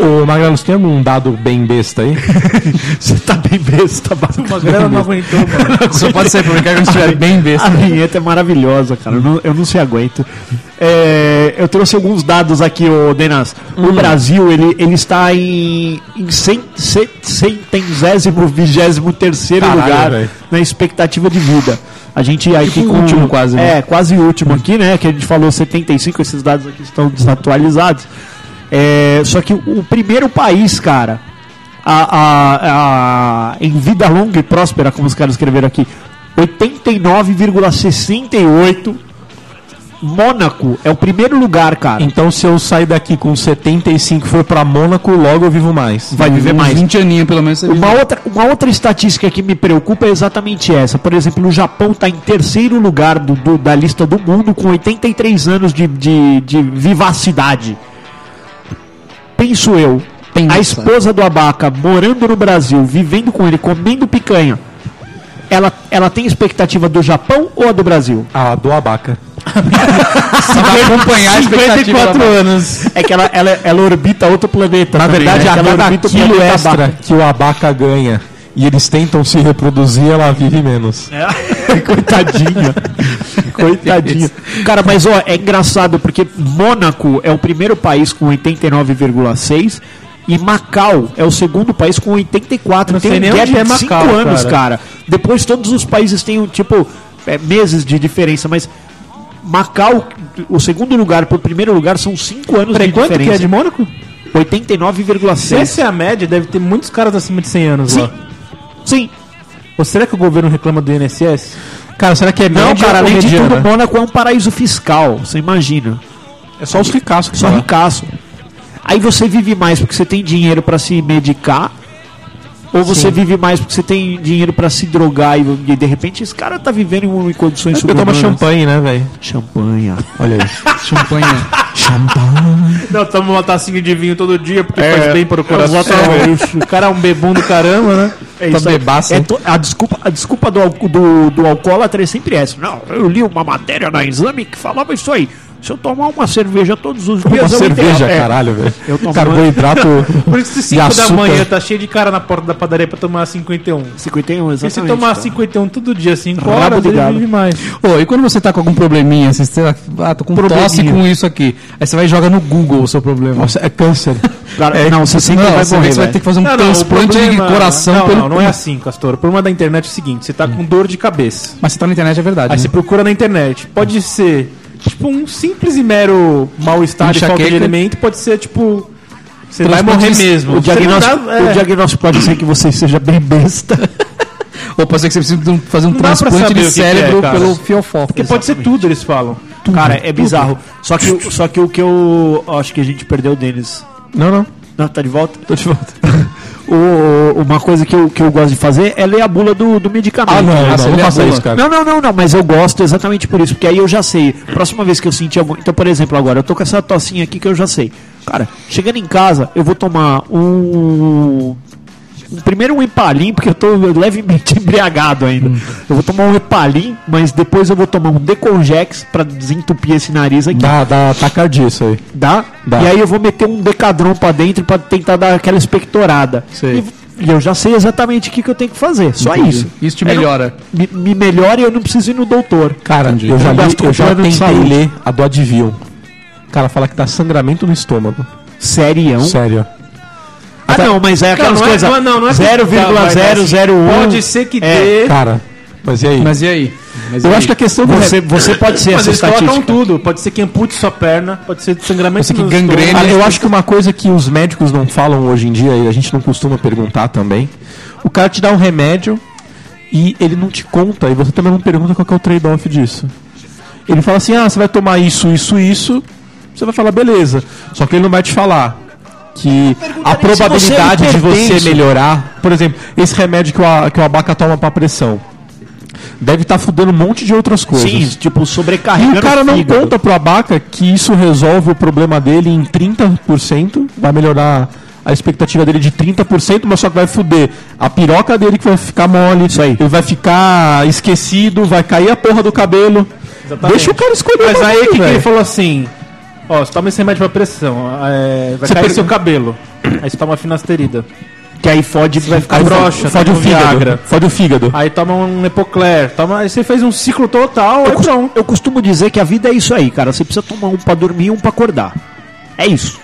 Ô, Magrelo, você tem algum dado bem besta aí?
Você tá bem besta, bacana.
Ela não aguentou,
né?
mano.
Só pode ser pra brincar quando estiver bem
A
besta.
vinheta é maravilhosa, cara. Eu não, eu não se aguento. É, eu trouxe alguns dados aqui, ô Denas. O Brasil, ele, ele está em, em cen- ce- centésimo, vigésimo terceiro
Caralho,
lugar
velho.
na expectativa de vida. A gente aqui
Tipo
com...
último quase, né?
É, quase último aqui, né? Que a gente falou 75, esses dados aqui estão desatualizados. É, só que o primeiro país, cara, a, a- a- em vida longa e próspera, como os caras escreveram aqui, 89,68. Mônaco é o primeiro lugar, cara.
Então, se eu sair daqui com 75 e for pra Mônaco, logo eu vivo mais.
Vai viver
Uns
mais.
20 aninhos, pelo menos, você vive.
Uma outra, uma outra estatística que me preocupa é exatamente essa. Por exemplo, o Japão está em terceiro lugar do, do- da lista do mundo com 83 anos de, de, de vivacidade. Penso eu.
Pensa.
A esposa do Abaca morando no Brasil, vivendo com ele, comendo picanha. ela, ela tem expectativa do Japão ou a do Brasil?
Ah, do abaca.
Vai acompanhar a expectativa. da-
anos. É que ela, ela, ela orbita outro planeta.
Na
também,
verdade,
né? Que
a
ela
cada
orbita o
quilo
planeta
extra
Abaca.
que o abaca ganha e eles tentam se reproduzir, ela vive menos.
Coitadinha. Coitadinha. Cara, mas ó, é engraçado porque Mônaco é o primeiro país com 89,6 e Macau é o segundo país com 84.
Não
Tem
sei
um
nem
gap
onde é
de cinco
Macau,
anos, cara.
cara.
Depois todos os países têm, tipo, é, meses de diferença, mas Macau, o segundo lugar pro primeiro lugar são 5 anos
Peraí,
de
quanto que é
diferença.
de Mônaco? Se
89,6.
essa é a média, deve ter muitos caras acima de 100 anos
Sim.
lá.
Sim.
Ou será que o governo reclama do INSS?
Cara, será que é
Não,
média
cara,
ou
além de
mediana?
tudo, Mônaco é um paraíso fiscal, você imagina.
É só os ricaços que
Só
são lá.
ricaço. Aí você vive mais porque você tem dinheiro pra se medicar. Ou você vive mais porque você tem dinheiro pra se drogar e, e de repente esse cara tá vivendo em, em condições
Eu tomo
subhumanas.
champanhe, né, velho?
Champanha.
Olha aí.
Champanhe.
Não, toma uma tacinha de vinho todo dia porque
É,
faz bem pro coração.
exatamente.
o cara é um bebum do caramba, né? É
Tá
bebaço,
né? É
hein?
to- a desculpa, a desculpa do, alco- do, do alcoólatra é sempre essa. Não, eu li uma matéria na exame que falava isso aí. Se eu tomar uma cerveja todos os dias,
Uma
eu
cerveja,
enterro. É,
caralho, velho.
Eu tomo-
Carboidrato
Por isso que
e
5 da
açúcar.
manhã tá cheio de cara na porta da padaria pra tomar 51.
51,
E se
exatamente.
tomar
cara.
51 todo dia, 5
Rabo
horas,
de
ele
gado.
vive mais.
Ô, e quando você tá com algum probleminha, assim, você, ah, tô com tosse
Probleminha.
com isso aqui. Aí você vai e joga no Google o seu problema.
Nossa, é câncer.
Cara, não, você sempre
Não,
vai
você,
morrer,
você vai
velho.
ter que fazer um
Não, não, o
transplante
problema- né?
de coração
não,
pelo
Não, não é assim, Castor. O problema da internet é o seguinte: você tá com dor de cabeça.
Hum.
Mas você tá na internet, é verdade.
Aí
né?
você procura na internet. Pode ser, tipo, um simples e mero mal-estar de falta de
Enxaqueca.
elemento. Pode ser, tipo, você vai
Transplante
morrer
de-
mesmo.
O
Você não
diagnóstico,
dá- é,
o diagnóstico pode ser que você seja bem besta.
Ou pode ser que você precise de um- fazer um
dá pra
transplante
saber
de
o que que é,
cérebro
cara.
pelo fiofó.
Porque pode ser tudo, eles falam.
Cara, é bizarro. Só que, o- só que o que eu acho que a gente perdeu o Denis.
Não, não.
Não, tá de volta? Tô de volta. o, uma coisa que eu, que eu gosto de fazer é ler a bula do, do medicamento.
Ah, não, não,
você
não
lê a
faça
bula.
isso, cara.
Não, não, não, não, mas eu gosto exatamente por isso, porque aí eu já sei. Próxima vez que eu sentir algum. Então, por exemplo, agora eu tô com essa tocinha aqui que eu já sei. Cara, chegando em casa, eu vou tomar um. um- Primeiro um epalim, porque eu tô levemente embriagado ainda.
Hum.
Eu vou tomar um epalim, mas depois eu vou tomar um Deconjex pra desentupir esse nariz aqui.
Dá, dá tacardia isso aí.
Dá?
Dá.
E aí eu vou meter um decadrão pra dentro pra tentar dar aquela expectorada.
Sei.
E, e eu já sei exatamente o que, que eu tenho que fazer. Só isso.
Isso te
Eu não-
melhora.
me, me melhora e eu não preciso ir no doutor.
Cara, eu já,
Eu
li,
gasto com
eu já
plano de
tentei
saúde.
ler a do Advil. Cara, fala que dá sangramento no estômago.
Serião.
Sério.
um? Ah, não, mas é aquelas
não é-
coisas.
não é- não, não é que-
assim,
Pode ser que
um. É.
dê.
Cara, mas e aí?
Mas e aí? Mas
Eu acho que a questão do você, você pode ser
Mas
essa
eles colocam
estatística.
tá tudo. Pode ser que ampute sua perna, pode ser sangramento.
que
no
gangrene.
estômago.
Ah, eu acho que uma coisa que os médicos não falam hoje em dia e a gente não costuma perguntar também, o cara te dá um remédio e ele não te conta e você também não pergunta qual que é o trade-off disso. Ele fala assim, ah, você vai tomar isso, isso, isso, você vai falar beleza. Só que ele não vai te falar que a
é
probabilidade de você melhorar, por exemplo, esse remédio que o, a- que o abaca toma pra pressão, deve estar fudendo um monte de outras coisas.
Sim, tipo,
E
sobrecarrega.
o cara não
fígado.
conta pro abaca que isso resolve o problema dele em 30%, vai melhorar a expectativa dele de 30%, mas só que vai fuder a piroca dele que vai ficar mole, isso
aí.
ele vai ficar esquecido, vai cair a porra do cabelo. Deixa o cara escolher.
Mas
o
aí
bagulho,
que, que ele
velho.
falou assim: Ó, você toma esse remédio pra pressão, é, vai cair
pega-
seu cabelo. Aí você toma finasterida.
Que aí fode vai ficar
Aí
broxa.
broxa,
Fode o
toma um
fígado.
Viagra.
Fode o fígado.
Aí toma um Epocler, toma. Aí você fez um ciclo total,
Eu,
aí
costumo-
pronto.
eu costumo dizer que a vida é isso aí, cara. Você precisa tomar um pra dormir e um pra acordar. É isso.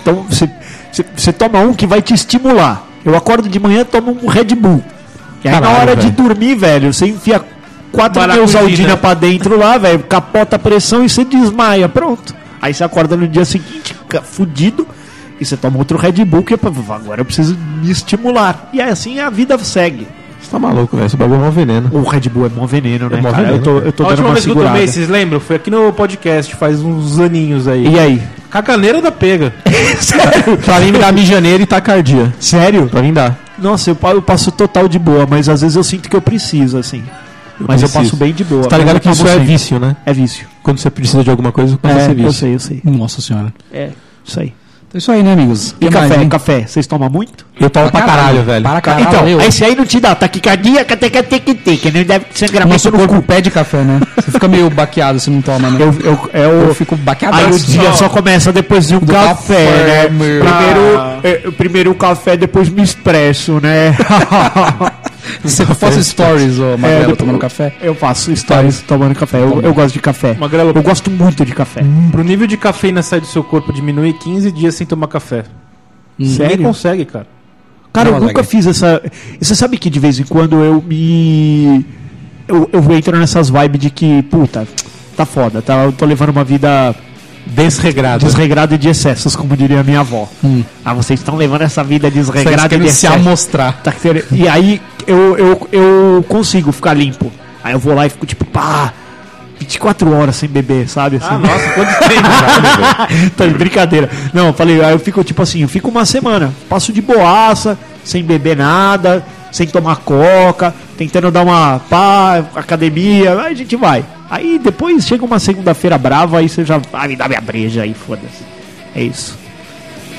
Então você, você, você toma um que vai te estimular. Eu acordo de manhã, tomo um Red Bull. E aí na
Caralho,
hora de
velho.
dormir, velho, você enfia quatro
Maracujina.
Neusaldina pra dentro lá, velho, capota a pressão e você desmaia. Pronto. Aí você acorda no dia seguinte, ca- fudido, e você toma outro Red Bull que é pra, agora eu preciso me estimular. E aí, assim a vida segue.
Você tá maluco, velho. Esse bagulho é um veneno.
O Red Bull é bom veneno, né,
É mó
cara? Eu
veneno,
tô,
cara.
eu tô
a
dando
última
uma
vez que eu
segurada.
tomei, vocês lembram? Foi aqui no podcast, faz uns aninhos aí.
E aí?
Caganeira da pega.
pra mim dá mijaneira e tacardia.
Sério?
Pra mim dá.
Nossa, eu, pa- eu passo total de boa, mas às vezes eu sinto que eu preciso, assim. mas eu
preciso.
passo bem de boa.
Você tá
mas
ligado
eu
que isso
tomo
é
sempre.
vício, né?
É vício.
Quando você precisa de alguma coisa, começa a ser
É, eu
vício.
sei, eu sei.
Nossa senhora.
É, isso aí.
Então é isso aí, né, amigos?
E
Até mais,
café,
hein?
café, vocês tomam muito?
Eu tomo pra caralho, velho. Tá
Para caralho.
então, esse aí não te dá taquicardia, que não deve sangrar muito
Nosso
no
corpo
cu.
pede café, né? Você fica meio baqueado se não toma, né?
Eu, eu, é o-
Eu fico baqueadaço.
Aí o dia só começa depois de um café, né?
café, meu.
Primeiro, é, primeiro o café, depois me expresso, né?
Você faz stories, ô Magrelo, tomando café.
É, Eu faço stories tomando café. Eu, eu gosto de café.
Magrelo.
Eu gosto muito de café.
Pro nível de cafeína sair do seu corpo, diminuir 15 dias sem tomar café.
Hum.
Ninguém consegue, cara.
Cara,
Não,
eu
Alec.
nunca fiz essa. E Você sabe que de vez em quando eu me. Eu, eu entro nessas vibes de que, puta, tá foda, tá? Eu tô levando uma vida
Desregrado.
desregrada e de excessos, como diria minha avó. Ah, vocês estão levando essa vida desregrada e de
querendo Hum. se
excessos.
amostrar.
Tá querendo- E aí eu, eu, eu consigo ficar limpo. Aí eu vou lá e fico tipo, pá, 24 horas sem beber, sabe?
Ah,
Assim.
nossa, quanto tempo.
tá de brincadeira. Não, eu falei, aí eu fico tipo assim, eu fico uma semana, passo de boaça, sem beber nada, sem tomar coca, tentando dar uma pá, academia, aí a gente vai. Aí depois chega uma segunda-feira brava, aí você já, ah, me dá minha breja aí, foda-se. É isso.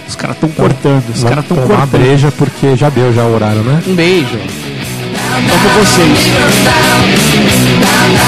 Os caras tão cortando, os caras tão
Então, tomar
cortando.
breja porque já deu já o horário, né?
Um beijo.
Amo vocês.
down, down,